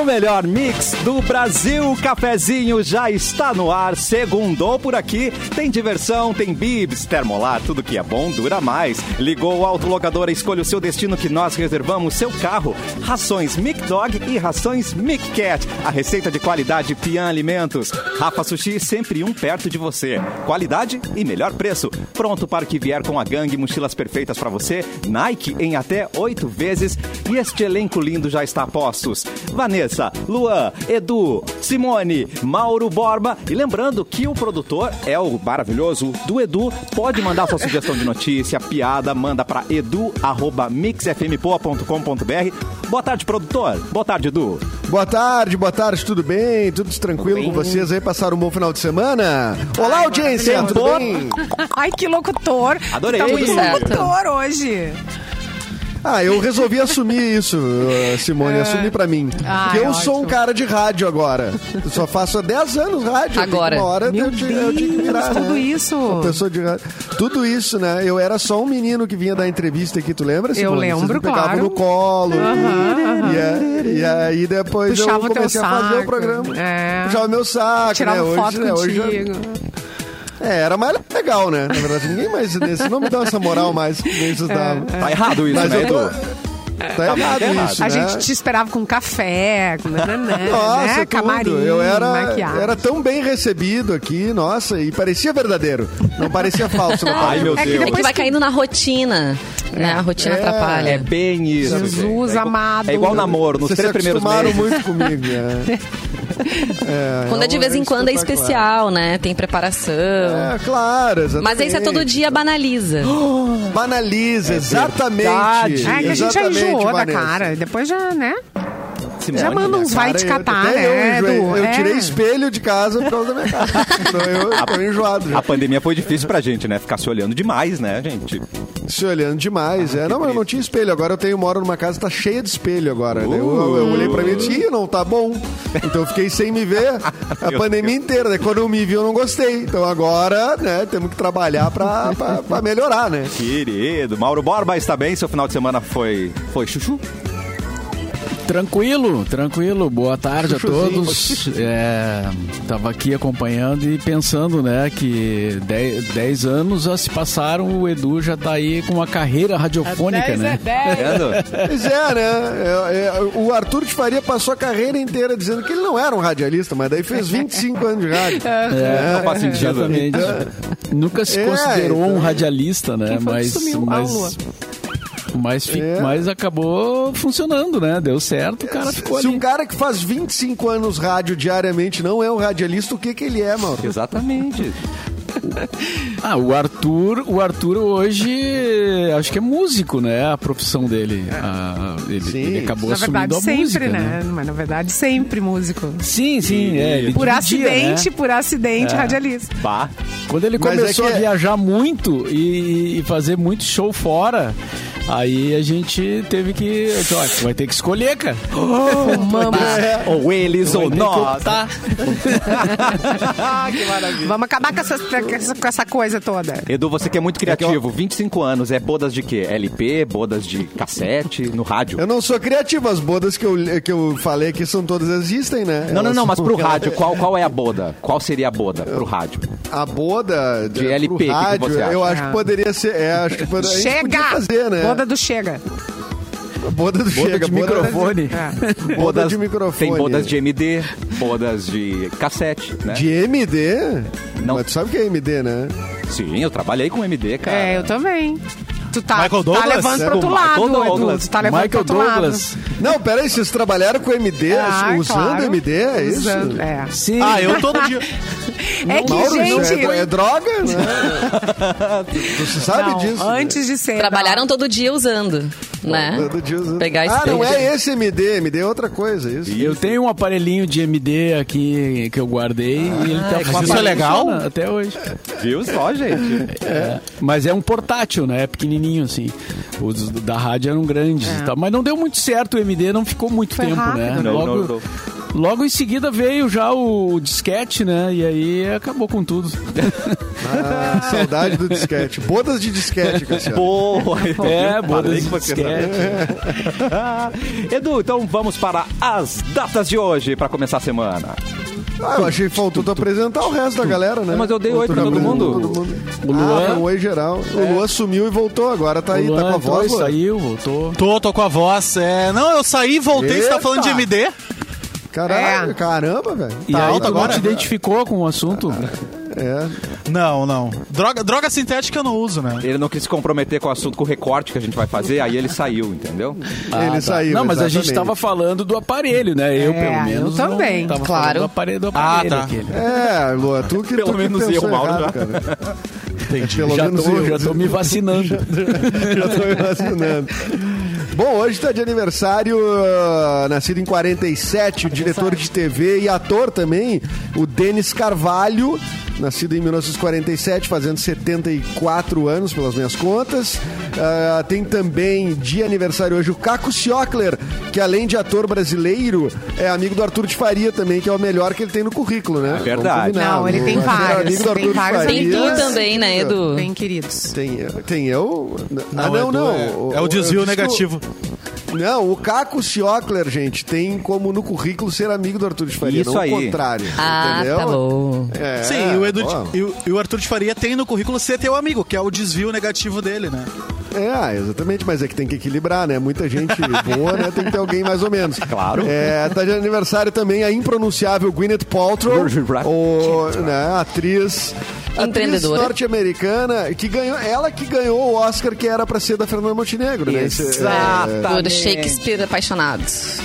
O melhor mix do Brasil, o cafezinho já está no ar, segundou por aqui. Tem diversão, tem bibs, termolar, tudo que é bom dura mais. Ligou o autolocador, escolha o seu destino que nós reservamos, seu carro. Rações Mic Dog e rações Mic Cat. A receita de qualidade Pian Alimentos. Rafa Sushi, sempre um perto de você. Qualidade e melhor preço. Pronto para o que vier com a gangue, mochilas perfeitas para você. Nike em até oito vezes. E este elenco lindo já está a postos. Vanessa, Luan, Edu, Simone, Mauro Borba. E lembrando que o produtor é o maravilhoso do Edu. Pode mandar sua sugestão de notícia, piada, manda para edu.mixfmpoa.com.br. Boa tarde, produtor. Boa tarde, Edu. Boa tarde, boa tarde, tudo bem? Tudo tranquilo com vocês aí? Passaram um bom final de semana? Olá, audiência, tudo bom. bem? Ai, que locutor. Adorei. Tá muito Tudo certo. locutor hoje. Ah, eu resolvi assumir isso, uh, Simone, assumir pra mim. Ah, Porque eu é sou um ótimo. cara de rádio agora. Eu só faço há 10 anos rádio. Eu Agora. tenho Uma hora eu, tinha- eu tinha que virar. Deus, tudo né? isso. Uma pessoa de rádio. Tudo isso, né? Eu era só um menino que vinha da entrevista aqui, tu lembra? Simone? lembro, Vocês me pegavam claro. no colo. e, a- e é, aí depois Puxava o eu teu comecei a fazer o saco. programa. É. Puxava meu saco, Tirava né? Hoje, foto né? Hoje eu- contigo. é, era mais legal, né? Na verdade, ninguém mais. Vocês não me dão essa moral mais que nem É, vocês davam. Tá errado isso, Mas né, eu tô. Edu? Tá errado errado. isso. A né? gente te esperava com café, com nananã, Nossa, né? tudo. Camarim, eu era, maquiagem. era tão bem recebido aqui, nossa, e parecia verdadeiro. Não parecia falso. Não Ai, meu É que Deus. depois É que vai caindo na rotina. Né? A rotina É. atrapalha. É bem isso. Jesus gente. É igual- amado. É igual namoro, nos Vocês três se primeiros acostumaram meses. muito comigo. né? É, Quando é de um- vez em quando é espetacular. especial, né? Tem preparação. É, claro. Exatamente. Mas aí você todo dia banaliza. Banaliza, exatamente. É verdade. É que a gente já Exatamente, enjoou da Vanessa. cara. Depois já, né? Simone, Já manda uns vai Cara, te eu- catar, até né, eu, enjoei. Edu? eu É. tirei espelho de casa por causa da minha casa. Então eu tô enjoado. A Já. pandemia foi difícil pra gente, né? Ficar se olhando demais, né, gente? Se olhando demais. é, não, mas eu não tinha espelho. Agora eu tenho, moro numa casa que tá cheia de espelho agora. Daí Eu, eu- eu olhei pra mim e disse, Ih, não tá bom. Então eu fiquei sem me ver a Meu pandemia inteira. Daí quando eu me vi, eu não gostei. Então agora, né, temos que trabalhar pra, pra, pra melhorar, né? Querido. Mauro Borba está bem? Seu final de semana foi, foi chuchu? Tranquilo, tranquilo. Boa tarde a Chuchuzinho. todos. É, tava aqui acompanhando e pensando, né, que 10 anos já se passaram, o Edu já tá aí com uma carreira radiofônica, é né? Tá vendo? Pois é, né? É, é, o Arthur de Faria passou a carreira inteira dizendo que ele não era um radialista, mas daí fez 25 anos de rádio. É, Não faz sentido. exatamente. Nunca se É, considerou então- um radialista, né? foi que Mas, sumiu? Ah, Lua. mas, mas, fi- É. mas acabou funcionando, né? Deu certo, o cara ficou Se ali. um cara que faz 25 anos rádio diariamente não é um radialista, o que que ele é, Mauro? Exatamente. Ah, o Arthur, o Arthur hoje acho que é músico, né? A profissão dele. A- ele, Sim. ele É. acabou Na assumindo verdade, a sempre, música, né? né? Mas na verdade, sempre músico. Sim, sim, é. ele Por dividia, acidente, né? por acidente, radialista. Bah. Quando ele Mas começou é que a é- viajar muito e, e fazer muito show fora, aí a gente teve que. eu disse, "Ó, tu vai ter que escolher, cara. Oh. Vamos, Ou eles ou Vai ter que nós. optar. vamos acabar com essas- com essa, com essa coisa toda. Edu, você que é muito criativo, 25 anos, é bodas de quê? LP, bodas de cassete, no rádio? Eu não sou criativo, as bodas que eu, que eu falei aqui são todas existem, né? Não, não, Elas- não, mas pro porque ela- rádio, qual, qual é a boda? Qual seria a boda pro rádio? A boda De LP, que que rádio, você acha? eu acho Ah. que poderia ser. É, acho que poderia, a gente Chega! podia fazer, né? Boda do Chega. boda do Boda chega, de boda- microfone. É. Boda, de microfone. Tem bodas de MD, bodas de cassete, né? De MD? Não. Mas tu sabe o que é MD, né? Sim, eu trabalhei com MD, cara. É, eu também. Tu tá, Michael tá Douglas? levando pro É, outro o lado, Michael Edu. Douglas. Tu tá levando pro Michael outro Douglas. Não, peraí, vocês trabalharam com MD? lado. Ah, usando claro. MD? É isso? Usando, é. Sim. Ah, eu todo dia. É que, Mauro, isso gente... é, é droga, né? tu, tu sabe não, disso. né? antes de ser... Trabalharam todo dia usando, né? Todo dia usando. Pegar ah, não espelho. é esse MD, MD é outra coisa, isso. Eu tenho um aparelhinho de MD aqui que eu guardei Ah, e ele tá mas isso é legal? funciona até hoje. Viu só, gente? Mas é um portátil, né? É pequenininho, assim. Os da rádio eram grandes e tal. Mas não deu muito certo o MD, não ficou muito É. Foi tempo, rápido, né? né? Não, Logo, não, não. Logo em seguida veio já o disquete, né? E aí acabou com tudo. Ah, saudade do disquete. Bodas de disquete, Cassiano. Boa! É, bodas de que você tá- disquete. Edu, então vamos para as datas de hoje para começar a semana. Ah, eu achei que faltou tu apresentar o resto da galera, né? Mas eu dei Ou oi tu pra não todo apresentou mundo. O Luan- É. Ah, um oi geral. O Luan sumiu e voltou, agora tá aí, O tá com a Luan entrou e voz. Luan. saiu, então voltou. né?" Tô, tô com a voz. É... Não, eu saí, voltei, você tá Eita! falando de MD? Caralho, É. caramba, velho. E Tá aí alto tu não agora? Ah. te identificou com o assunto? É. Não, não. Droga, droga sintética eu não uso, né? Ele não quis se comprometer com o assunto, com o recorte que a gente vai fazer, aí ele saiu, entendeu? ele saiu. Ah, tá. Não, mas a gente exatamente. tava falando do aparelho, né? Eu, É, pelo eu menos. não também, tava claro. falando Do aparelho, do aparelho tá. aquele. É, Luan, tu que Pelo tu que menos pensou eu, Mauro, errado, já. cara. Pelo já, menos tô, eu. já tô me vacinando. Já tô me vacinando. Bom, hoje tá de aniversário, ah, nascido em 47, o diretor de TV e ator também, o Denis Carvalho, nascido em 1947, fazendo 74 anos, pelas minhas contas. Ah, tem também de aniversário hoje o Caco Ciocler, que além de ator brasileiro, é amigo do Arthur de Faria também, que é o melhor que ele tem no currículo, né? É verdade. Vamos combinar, Não, ele o tem Arthur era vários, amigo do tem Arthur de vários Tem Faria. tu também, né, Edu? Bem queridos. Tem, tem eu? Ah, é não, do- não. É, é o desvio eu disse que negativo. Não, o Caco Ciocler, gente, tem como no currículo ser amigo do Arthur de Faria, Isso não aí. o contrário. Ah, entendeu? tá bom. É, Sim, e o, Edu, ó, e, o, e o Arthur de Faria tem no currículo ser teu amigo, que é o desvio negativo dele, né? É, exatamente, mas é que tem que equilibrar, né? Muita gente boa, né? Tem que ter alguém mais ou menos. Claro. É, tá de aniversário também a impronunciável Gwyneth Paltrow, o, né, atriz... Atriz Empreendedora. norte-americana que ganhou, ela que ganhou o Oscar que era pra ser da Fernanda Montenegro, né? Esse- Do Shakespeare Apaixonados.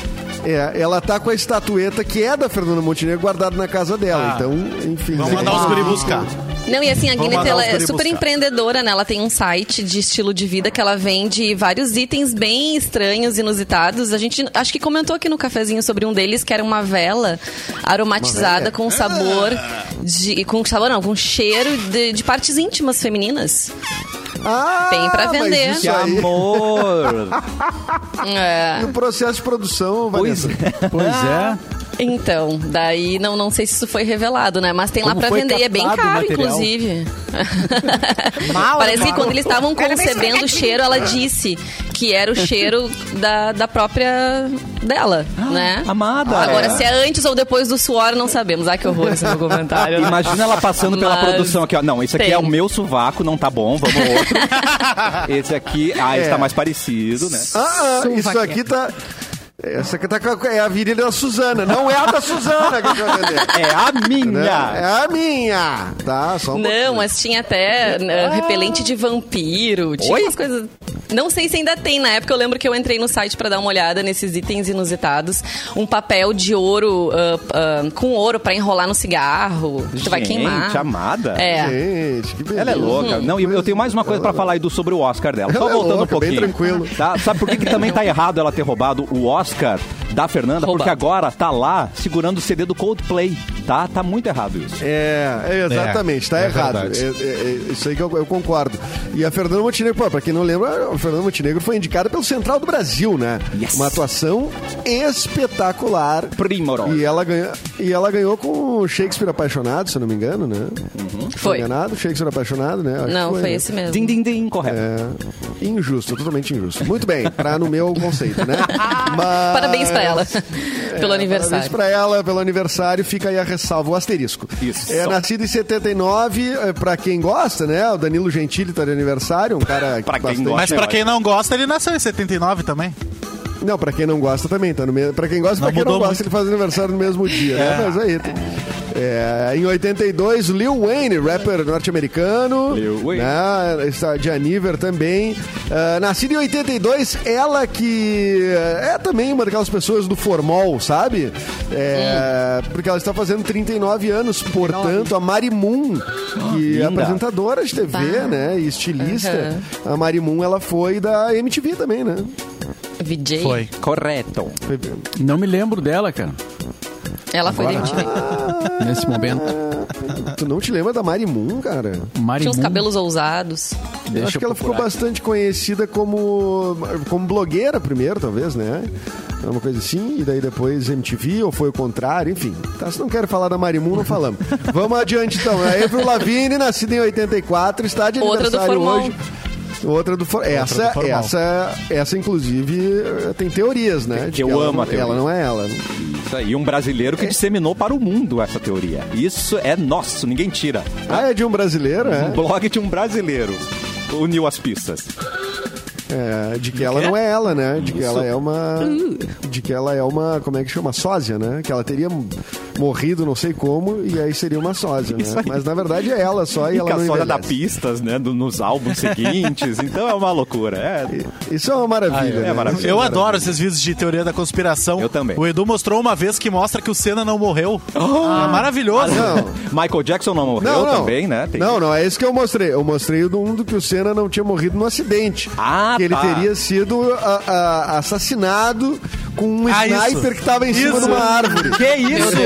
É, ela tá com a estatueta que é da Fernanda Montenegro guardada na casa dela. Ah. Então, enfim. Vamos né? mandar os guri buscar. Não, e assim, a Vamos Gwyneth, mandar ela os é guri super buscar. empreendedora, né? Ela tem um site de estilo de vida que ela vende vários itens bem estranhos, inusitados. A gente, acho que comentou aqui no cafezinho sobre um deles, que era uma vela aromatizada velha? com sabor Ah! de... Com sabor não, com cheiro de, de partes íntimas femininas. Ah, Tem pra mas vender. né? isso Que aí, amor! É. e o processo de produção, Vanessa? Pois Ah, é. Então, daí não, não sei se isso foi revelado, né? Mas tem lá Como pra foi vender e é bem captado o caro, material? inclusive. Mal, Parece que mal. quando eles estavam Era bem concebendo o esfregadinho. cheiro, ela disse que era o cheiro da, da própria dela, Ah, né? amada. Agora, É. se é antes ou depois do suor, não sabemos. Ah, que horror esse meu comentário. né? Imagina ela passando pela Mas produção aqui, ó. Não, esse aqui tem. é o meu sovaco, não tá bom, vamos outro. esse aqui, ah, esse É. tá mais parecido, né? Ah, ah, isso aqui tá. Essa aqui tá com a- é a virilha da Suzana. Não é a da Suzana que eu vou vender. É a Né? minha! É a minha. Tá, só um Não, pouquinho. Ah! mas tinha até né, repelente de vampiro, tinha Oi? umas coisas. Não sei se ainda tem. Na época eu lembro que eu entrei no site pra dar uma olhada nesses itens inusitados. Um papel de ouro ah, ah, com ouro pra enrolar no cigarro. tu vai Gente, queimar. amada. É. Gente, que beleza. Ela é Uhum. louca. Não, e eu tenho mais uma coisa pra falar, Edu, sobre o Oscar dela. Só é Ela é voltando um louca, pouquinho. bem tranquilo. Tá? Sabe por que, que também tá errado ela ter roubado o Oscar da Fernanda? Porque Roubado. agora tá lá segurando o CD do Coldplay, tá? Tá muito errado isso. É, é, exatamente, tá é errado. verdade. É, é, é, isso aí que eu, eu concordo. E a Fernanda Montenegro, pô, pra quem não lembra, a Fernanda Montenegro foi indicada pelo Central do Brasil, né? Yes. Uma atuação espetacular. Primorosa. E ela, ganhou, e ela ganhou com o Shakespeare Apaixonado, se eu não me engano, né? Uhum. Foi. Enganado, Shakespeare Apaixonado, né? Acho que Não, foi né? esse mesmo. Din, din, din, correto. É, injusto, totalmente injusto. Muito bem, pra no meu conceito, né? Mas- Parabéns pra ela pelo É, Parabéns aniversário. pra ela pelo aniversário, fica aí a ressalva, o asterisco. Isso. É nascido em 79, é, pra quem gosta, né? O Danilo Gentili tá de aniversário, um cara Pra quem bastante- gosta. Mas pra Ótimo. quem não gosta, ele nasceu em 79 também. Não, pra quem não gosta também, tá no mesmo. Pra quem gosta e Não pra quem não mudou gosta, ele muito. faz aniversário no mesmo dia, né? É. Mas aí. tem- É, em 82, Lil Wayne, rapper norte-americano. Lil Wayne. Né, está de Aniver também. Ah, nascida em 82, ela que eh, é também uma daquelas pessoas do formol, sabe? É, porque ela está fazendo 39 anos, portanto, a Mari Moon, que é linda. apresentadora de TV, Bah. né? E estilista. A Mari Moon, ela foi da MTV também, né? VJ. Foi. Correto. Foi- Não me lembro dela, cara, Ela foi da MTV. nesse momento. Tu não te lembra da Mari Moon, cara? Tinha Marimun. uns cabelos ousados. Deixa acho eu que ela procurar ficou bastante conhecida como, como blogueira primeiro, talvez, né? Uma coisa assim, e daí depois MTV, ou foi o contrário, enfim. Tá, se não quero falar da Marimun, não falamos. Vamos adiante então. A Avril Lavigne, nascida em 84, está de Outra do aniversário Formol. hoje. Outra do, for... essa, do Formol. essa, essa inclusive tem teorias, né? Que De eu ela amo não- a teoria. Ela não é ela. Isso aí, um brasileiro É. que disseminou para o mundo essa teoria. Isso é nosso, ninguém tira. Ah, é de um brasileiro, Um é? blog de um brasileiro uniu as pistas. É, de que ela não é ela, né? De que ela é uma. Uh. De que ela é uma. Como é que chama? Sósia, né? Que ela teria morrido, não sei como, e aí seria uma sósia, né? Isso aí. Mas na verdade é ela só e E que a ela não senhora dá envelhece. pistas, né, do- nos álbuns seguintes. Então é uma loucura. É, Isso é uma maravilha. Ah, é, é né? maravilha. Isso Eu uma adoro esses vídeos de teoria da conspiração. Eu também. O Edu mostrou uma vez que mostra que o Senna não morreu. é maravilhoso. Oh. Ah, Não. Michael Jackson não morreu Não, não. também, né? Tem- Não, não, é isso que eu mostrei. Eu mostrei o do mundo que o Senna não tinha morrido num acidente. Ah, que ele tá. teria sido a- a- assassinado com um Ah, isso. sniper que estava em cima Isso. de uma árvore. Que isso?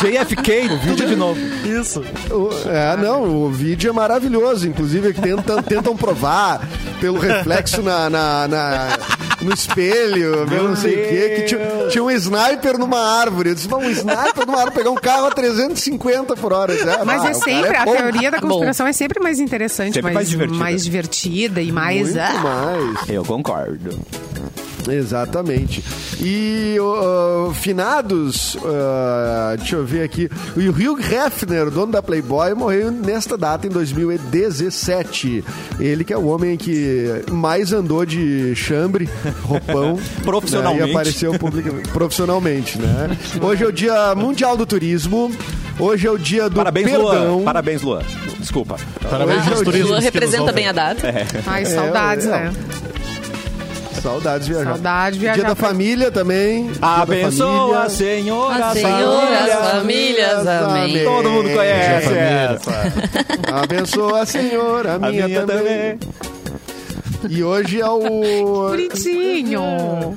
JFK, tudo de novo. Isso. O- É, não, o vídeo é maravilhoso. Inclusive, que tentam, tentam provar pelo reflexo na, na- na- no espelho, pelo não sei o quê, que tinha, tinha um sniper numa árvore. Eu disse, "Não, um sniper numa árvore, pegar um carro a 350 por hora. Eu disse, "Ah, Mas bah, é o cara sempre, a bom." teoria da Tá Bom. conspiração é sempre mais interessante, Sempre mais, mais divertida. mais divertida e mais. Muito ah, mais. Eu concordo. Exatamente. E ó, finados, ah, deixa eu ver aqui. O Hugh Hefner, dono da Playboy, morreu nesta data em 2017. Ele que é o homem que mais andou de chambre, roupão, Profissionalmente. né, e apareceu publicamente, profissionalmente, né? Hoje é o Dia Mundial do Turismo. Hoje é o dia do Parabéns, perdão. Luan. Parabéns, Luan. Desculpa. Parabéns Ah, É. aos o turistas. Lula que nos representa ouvem. bem a data. Ai, saudades, é, né? Saudades viajar. Saudades viajar. Dia da família também. Abençoa a a senhora, A senhora, família. as famílias, amém. Todo mundo conhece essa. Abençoa a senhora, a A minha, minha também. também. E hoje é o Bonitinho.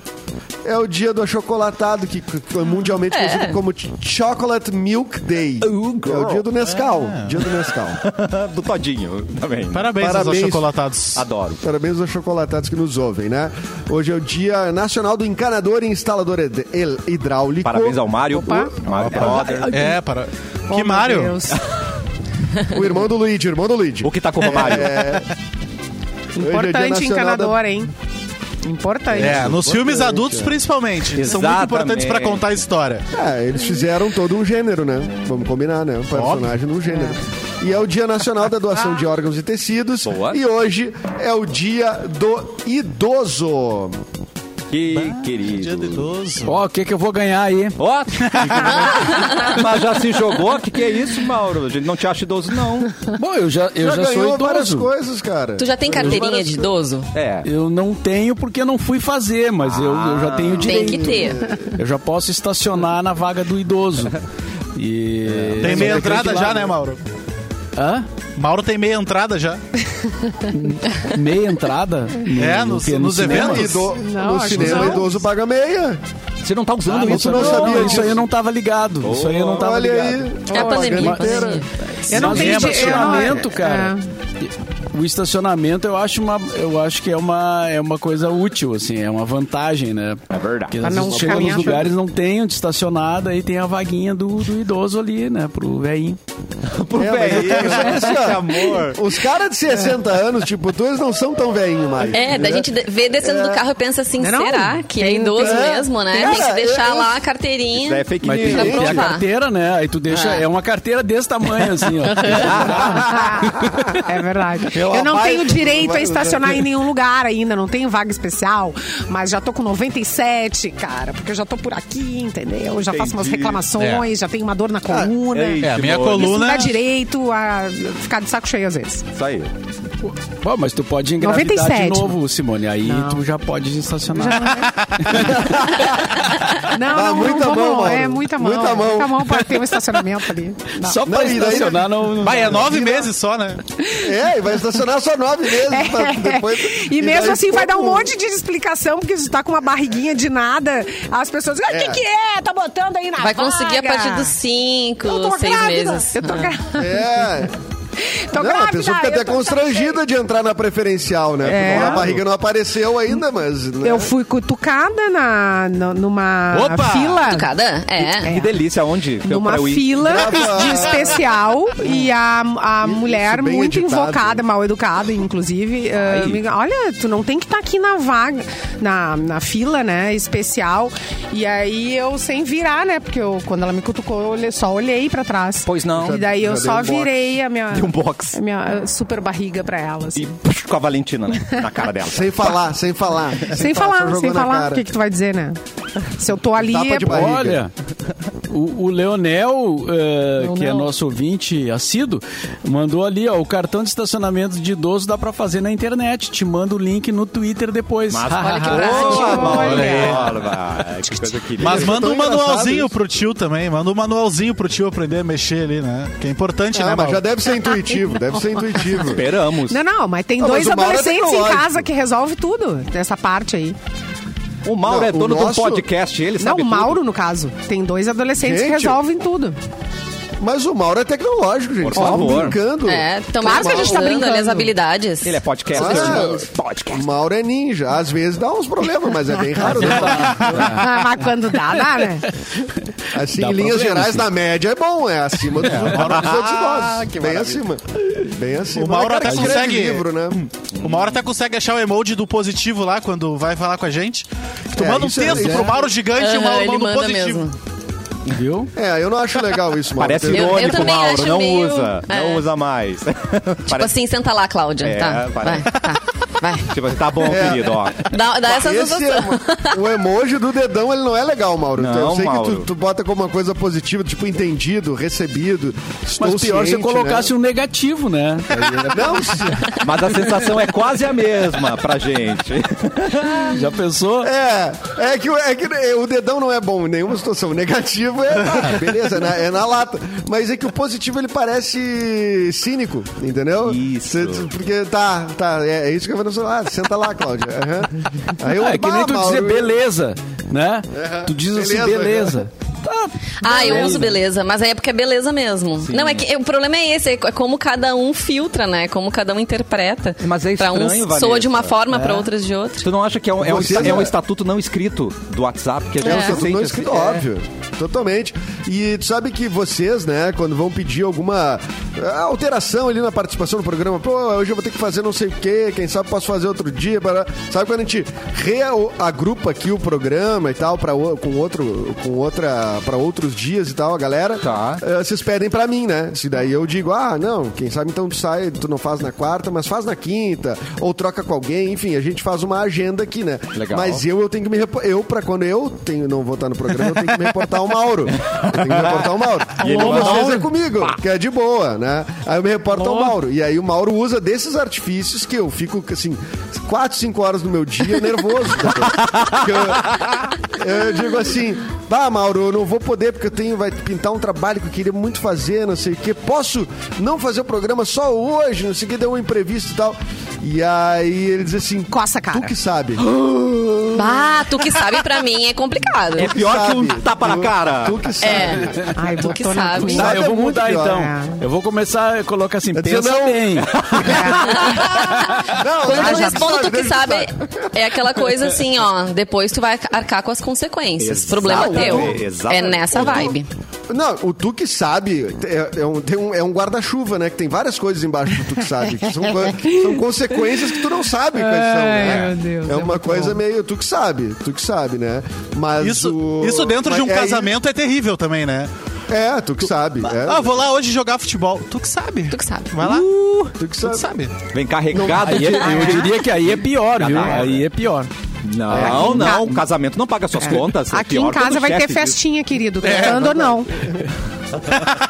é o dia do achocolatado, que foi mundialmente É. conhecido como Ch- Chocolate Milk Day. Ooh, é o girl. Ah. dia do Nescau. Dia do Nescau. Do Todinho também. Parabéns, aos Parabéns. achocolatados. Adoro. Parabéns aos chocolatados que nos ouvem, né? Hoje é o dia nacional do encanador e instalador ed- el- hidráulico. Parabéns ao Mário. Opa. Mário Brother. É, para. Oh, que meu Mário? Deus. é O irmão do Luigi, irmão do Luigi. O que tá com o Romário? Hoje é Importante Dia Nacional encanador, hein? Importante. É, nos filmes adultos principalmente. Eles São muito Exatamente. importantes pra contar a história. É, eles fizeram todo um gênero, né? Vamos combinar, né? Um personagem num gênero. E é o Dia Nacional da Doação de Órgãos e Tecidos. Boa. E hoje é o Dia do Idoso. Que Dia do querido. idoso. Ó, o que que eu vou ganhar aí? Ó, mas já se jogou? O que, que é isso, Mauro? A gente não te acha idoso, não. Bom, eu já, eu já, sou ganhou várias idoso. coisas, cara. Tá Tu já tem carteirinha de idoso? É. Eu não tenho porque não fui fazer, mas eu, eu já tenho Ah, Tem direito. que ter. Eu já posso estacionar na vaga do idoso. E... Tem meia entrada já, né, Mauro? Hã? Mauro tem meia entrada já. Meia entrada? No, É, no nos- quê? No nos cinema? eventos? Ido- Não, no acho cinema, que não. idoso paga meia. Você não tá Ah, usando não, isso, não não, sabia não, disso. Isso aí eu não tava ligado. Isso aí eu não tava Olha aí. Tá ligado. É a Ó, pandemia, grana a pandemia. inteira. Eu não Mas tenho o dinheiro. é É. estacionamento, cara. O estacionamento eu acho uma, eu acho que é uma, é uma coisa útil assim, é uma vantagem, né? É verdade. Porque Pra às não vezes chega nos caminhar. lugares não tem onde estacionar, daí tem a vaguinha do, do idoso ali, né, pro velhinho. pro É, mas eu velhinho. tenho só assim, ó. Esse amor. Os caras de 60 anos, tipo, tu, eles não são tão velhinhos mais. É, da gente de- vê descendo do carro e pensa assim, Não, não. será que é Tem- idoso tem- mesmo, né? Cara, tem que deixar eu- lá a Isso carteirinha. é fake Mas tem news. que ter a provar. carteira, né? Aí tu deixa, é uma carteira desse tamanho assim, ó. Ah, É verdade. Pela eu não vai- tenho direito vai- a estacionar em nenhum lugar ainda, não tenho vaga especial, mas já tô com 97, cara, porque eu já tô por aqui, entendeu? Eu já faço umas Entendi. reclamações, É. já tenho uma dor Ah, na coluna. Ei, É, a que minha nojo. Isso me coluna. dá direito a ficar de saco cheio às vezes. Isso aí. Pô, mas tu pode engravidar 97. de novo, Simone. Aí Não. tu já pode estacionar. Não, Ah, não, muita não, mão, vamos, é Mauro. muita mão. Muita mão. Muita mão para ter um estacionamento ali. Não. Só pra Não, e daí- estacionar não... Vai, é nove meses só, né? É, e vai estacionar só nove meses. pra depois, É. e, mesmo daí assim vai dar um como- monte de explicação, porque você tá com uma barriguinha de nada. As pessoas dizem, o É. que, que é? Tá botando aí na Vai conseguir a vaga." partir dos cinco, Eu tô seis grávida. meses. Eu tô, gra... É. tô não, grávida. a pessoa fica eu até tô- constrangida de entrar na preferencial, né? É. Porque a barriga não apareceu ainda, mas. né? Eu fui cutucada na, no- numa Opa! fila. Cada? É. Que delícia, onde? Pra eu- numa pra eu ir? fila Grava- de especial e a, a Isso, mulher bem muito editado. invocada, mal educada, inclusive. ah, me- Olha, tu não tem que estar aqui na vaga, na, na fila, né? Especial. E aí eu sem virar, né? Porque eu, quando ela me cutucou, eu olhei- só olhei pra trás. Pois não. E daí eu Já dei um só box. virei a minha, Deu um box. a minha ah, super barriga pra ela. assim. E pux, com a Valentina né? na cara dela. Sem falar, sem falar. Sem só falar, jogou sem na falar. cara. O que, que tu vai dizer, né? Se eu tô ali. Tapa é de por- barriga. Olha, o, o Leonel, eh, que é nosso ouvinte assíduo, mandou ali, ó, o cartão de estacionamento de idoso dá pra fazer na internet. Te mando o link no Twitter depois. Mas- tá Olha que Boa, prático. Mauro, Olha aí. Borba. Que coisa querida. Mas manda tão um engraçado manualzinho isso. pro tio também. Manda um manualzinho pro tio aprender a mexer ali, né? Que é importante, né, Ah, mas Mauro? já deve ser intuitivo, deve ser intuitivo. Esperamos. Não, não, mas tem Ah, mas dois o Mauro é adolescentes em tecnológico. casa que resolve tudo, essa parte aí. O Mauro Não, é o dono do nosso- podcast, ele Não, sabe o tudo. Mauro, no caso. Tem dois adolescentes que Gente. resolvem tudo. Mas o Mauro é tecnológico, gente. Por Vocês tão favor. brincando. É, Claro tomara que a que a gente gente tá tá brincando ali brincando. as habilidades. Ele é podcast. Claro. Podcast. O Mauro é ninja. Às vezes dá uns problemas, mas é bem raro. Né? Ah, mas quando dá, dá, né? Assim, Dá em linhas problema, gerais, sim. na média é bom. É acima dos, Mauro dos outros Ah, idosos. que maravilha. Bem tá acima. Bem acima. O Mauro né, cara, até que escreve consegue- livro, né? Uma hora até consegue achar o emoji do positivo lá quando vai falar com a gente. Tu É, manda um isso é texto legal. pro Mauro gigante e o Aham, Mauro ele manda um manda positivo. mesmo. Viu? É, eu não acho legal isso, Mauro. Parece Tem- eu irônico, também Mauro. acho Não meio- usa. Não É. usa mais. Tipo Parece- assim, senta lá, Cláudia. É, tá, vai, parece. tá, vai. Tipo assim, tá bom, É. querido, ó. Dá, dá Tá essa Esse sensação. é o o emoji do dedão, ele não é legal, Mauro. Não, eu sei que Mauro. tu, tu bota como uma coisa positiva, tipo entendido, recebido. Mas estou pior se eu ciente, colocasse né? um negativo, né? Não, se- Mas a sensação é quase a mesma pra gente. Já pensou? É, é que, o- é que o dedão não é bom em nenhuma situação. O negativo é, tá, beleza, é na, é na lata. Mas é que o positivo ele parece cínico, entendeu? Isso. porque tá, tá, é, é isso que eu vou falar. Ah, senta lá, Cláudia. Aham. Aí eu, Ah, é que "Bah, nem tu dizer Mauro, beleza, né? Tu diz assim, Beleza. beleza. Tá, Ah, eu uso beleza, mas é porque é beleza mesmo. Não, é que o problema é esse, é como cada um filtra, né? Como cada um interpreta. Mas é pra uns estranho, Vanessa. soa de uma forma, pra outras de outra. Tu não acha que é um, é um Vocês, esta- é um né? estatuto não escrito do WhatsApp? Que a gente É, se é. sente não assim, escrito, é. óbvio. Totalmente. E tu sabe que vocês, né, quando vão pedir alguma ah, alteração ali na participação do programa, pô, hoje eu vou ter que fazer não sei o quê, quem sabe posso fazer outro dia. Para... Sabe quando a gente reagrupa aqui o programa e tal, pra, o- com outro, com outra, pra outros dias e tal, a galera? Tá. eh, Vocês pedem pra mim, né? Se daí eu digo, ah, não, quem sabe então tu sai, tu não faz na quarta, mas faz na quinta, ou troca com alguém, enfim, a gente faz uma agenda aqui, né? Legal. Mas eu, eu tenho que me repo- Eu, pra quando eu tenho, não vou estar no programa, eu tenho que me reportar ao Mauro. Eu tenho que me reportar ao Mauro. E ele Ou vai- vocês é Mauro? comigo, que é de boa, né? Aí eu me reporto ao Mauro. E aí o Mauro usa desses artifícios que eu fico, assim, 4, 5 horas no meu dia nervoso. Porque eu, eu digo assim, tá, Mauro, eu não vou poder porque eu tenho, vai pintar um trabalho que eu queria muito fazer, não sei o quê. Posso não fazer o programa só hoje, não sei o que, deu um imprevisto e tal. E aí ele diz assim, Coça a cara. tu que sabe. Ah, tu que sabe, pra mim é complicado. É pior que um sabe. tapa na Tu- cara. Tu que sabe. É. Ai, Tu que botou na sabe. tua. Tá, eu é vou muito mudar pior. então. É. Eu vou começar a colocar assim, Eu disse, pensa não. bem. Não, Quando deixa eu que respondo tu que deixa sabe, tá. é aquela coisa assim, ó, depois tu vai arcar com as consequências. Problema teu. Exatamente. É nessa vibe. Não, o tu que sabe é, é um, tem um- é um guarda-chuva, né? Que tem várias coisas embaixo do tu que sabe. Que são, co- são consequências que tu não sabe quais são, né? Ai, meu Deus, é é uma muito coisa bom. meio tu que sabe, tu que sabe, né? Mas Isso, o- isso dentro de mas um é casamento é terrível também, né? isso- É, tu que sabe. é, Ah, vou lá hoje jogar futebol. Tu que sabe. Tu que sabe. Vai lá. tu que Tu sabe. que sabe. Vem carregado Aí de... é- eu diria que aí é pior, viu? hora. Aí é pior. Não, não. O casamento não paga suas contas. é Aqui pior em quando casa o vai ter chefe diz. festinha, querido, tentando ou não.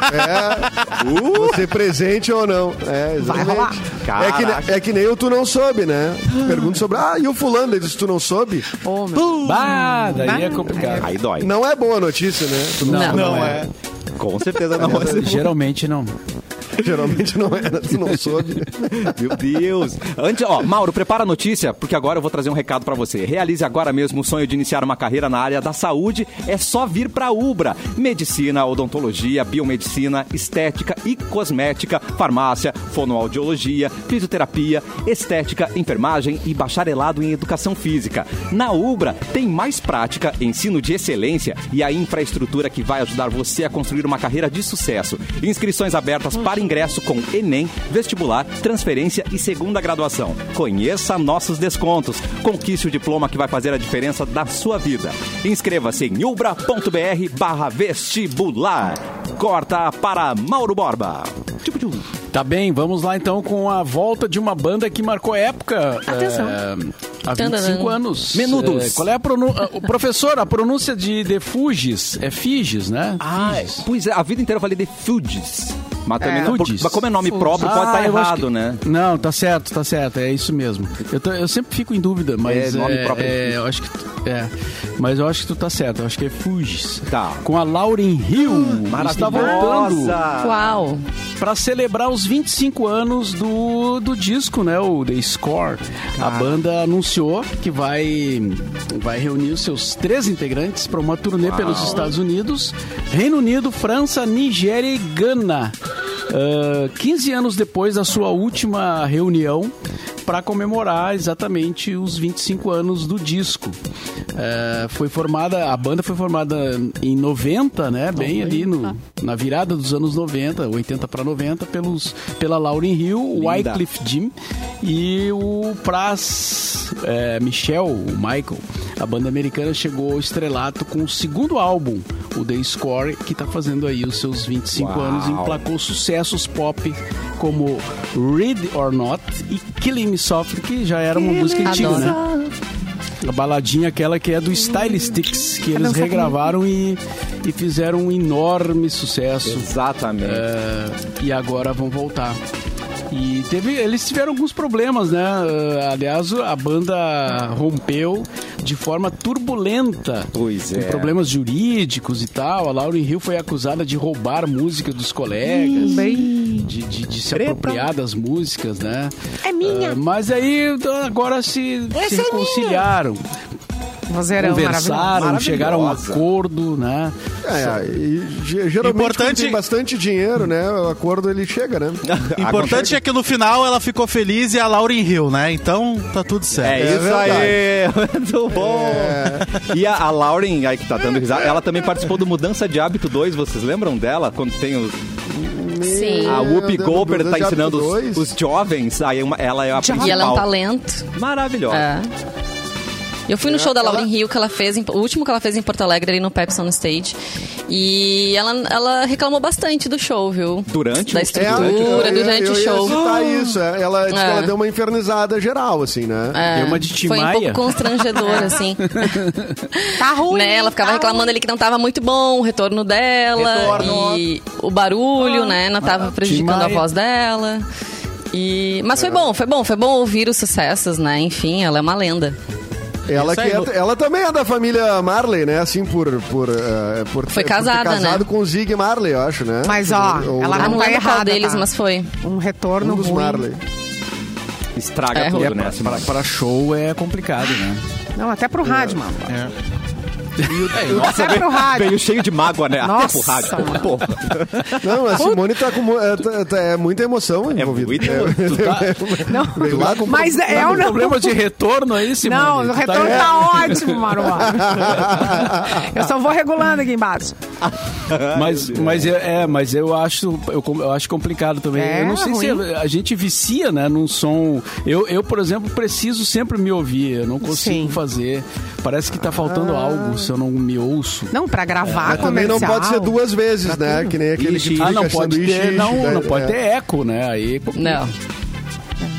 É, você presente ou não. É, Vai rolar. exatamente. É que, ne- é que nem o tu não soube, né? Pergunta sobre, ah, e o fulano? Ele disse, tu não soube? Ô, meu Deus. Bah, daí é complicado. Aí dói. Não é boa notícia, né? Tu não, Não. Não, é. Com certeza não é um vai ser. Geralmente não. Geralmente não era, tu não soube. Meu Deus. Antes, ó, Mauro, prepara a notícia, porque agora eu vou trazer um recado pra você. Realize agora mesmo o sonho de iniciar uma carreira na área da saúde. É só vir pra Ubra. Medicina, odontologia, biomedicina, estética e cosmética, farmácia, fonoaudiologia, fisioterapia, estética, enfermagem e bacharelado em educação física. Na Ubra tem mais prática, ensino de excelência e a infraestrutura que vai ajudar você a construir uma carreira de sucesso. Inscrições abertas para ingresso com Enem, vestibular, transferência e segunda graduação. Conheça nossos descontos. Conquiste o diploma que vai fazer a diferença da sua vida. Inscreva-se em ubra.br barra vestibular. Corta para Mauro Borba. Tipo de um. Tá bem, vamos lá então com a volta de uma banda que marcou época. Atenção. eh, há 25 Tadadã. anos. Menudos. Eh, qual é a pronúncia? o professor, a pronúncia de The Fugees é Figes, né? Ah, pois é, a vida inteira eu falei de Fugees. Mas também não- Fugees. mas como é nome próprio, pode Ah, estar eu acho errado, que- né? Não, tá certo, tá certo, é isso mesmo. Eu, tô- eu sempre fico em dúvida, mas. É, nome próprio é É, difícil. eu acho que. tu- é. mas eu acho que tu tá certo, eu acho que é Fuges. Tá. Com a Lauren Hill. Está tá voltando. Uau. Pra celebrar os 25 anos do, do disco, né? O The Score. A banda anunciou que vai, vai reunir os seus três integrantes para uma turnê pelos Estados Unidos, Reino Unido, França, Nigéria e Gana. Ah, 15 anos depois da sua última reunião para comemorar exatamente os 25 anos do disco. Ah, foi formada, a banda foi formada em 90, né? Bem ali no, na virada dos anos 90, 80 para 90, pelos, pela Lauryn Hill, o Linda. Wycliffe Jim e o Pras é, Michel, o Michael. A banda americana chegou ao estrelato com o segundo álbum, o The Score, que está fazendo aí os seus 25 Uau. anos e emplacou sucessos pop como Read or Not e Killing Me Softly, que já era uma música antiga, Adoro. né? A baladinha aquela que é do Stylistics, que eles dançar regravaram e, e fizeram um enorme sucesso. Exatamente. É, e agora vão voltar. E teve, eles tiveram alguns problemas, né? Eh, aliás, a banda rompeu de forma turbulenta. Pois Com é. problemas jurídicos e tal. A Lauren Hill foi acusada de roubar música dos Um colegas. De, de- de se apropriar das músicas, né? É minha. Eh, mas aí agora se, se reconciliaram. Vozeirão maravilhoso. conversaram, chegaram a um Maravilhosa. acordo, né? É, e ge- geralmente quando Importante- tem bastante dinheiro, né? O acordo ele chega, né? Importante é que no final ela ficou feliz e a Lauren riu, né? Então tá tudo É certo. É isso aí, muito bom. E a, a Lauren, aí que tá dando risada, ela também participou do Mudança de Hábito 2, vocês lembram dela? Quando tem os, Sim. É, a Whoopi Deus, Goldberg tá Mudança de ensinando Hábito os, dois. os jovens, aí é uma- ela é a principal. E ela é um talento. Maravilhosa. Ah. É. Eu fui no show da Lauren Hill que ela fez, em- o último que ela fez em Porto Alegre, ali no Pepsi on Stage. E ela, ela reclamou bastante do show, viu? Durante Da o- É, estrutura, eu- eu- durante eu o ia show. citar isso. é, Ela, disse que É. ela deu uma infernizada geral, assim, né? Deu uma de Foi um pouco Timaya. constrangedor, assim. Tá ruim. né? Ela ficava tá reclamando ali que não tava muito bom o retorno dela. Retorno. E o barulho, né? Não tava prejudicando a Timaya. voz dela. E... Mas foi bom, foi bom, foi bom ouvir os sucessos, né? Enfim, ela é uma lenda. Ela, Isso que aí, é- no- ela também é da família Marley, né? Assim, por. por, eh, por Foi por ter casada, casado né? com o Zig Marley, eu acho, né? Mas, ó, Ou- ela Ah, não não tá lembro errada, qual deles, tá? mas foi. Um retorno um dos ruim. Marley. Estraga É, tudo, É, né? pra, Assim, pra- pra show é complicado, né? Não, até É. pro rádio, mano. Nossa, É Até pro rádio. Tá veio cheio de mágoa, né? Até pro Nossa. rádio. Pô, é Não, a Simone tá com. mu- É, tá- tá- é muita emoção é envolvida. é, muito... Tu tá- Veio lá com- Mas é ou Um não? problema de retorno aí, Simone? Não, o Tu tá- retorno tá ótimo, Maruá. Eu só vou regulando aqui embaixo. Mas, mas é, é, mas eu acho, eu, com- eu acho complicado também. É, eu não sei ruim. se a, a gente vicia, né, num som. Eu, eu, por exemplo, preciso sempre me ouvir. Eu não consigo Sim. Ah. fazer. Parece que tá faltando algo se eu não me ouço. Não, pra gravar É, Também comercial. não pode ser duas vezes, né? Que nem aquele Ixi. que Ah, não fica pode sanduíche, ter, não, daí- não pode é. ter eco, né? Aí Não.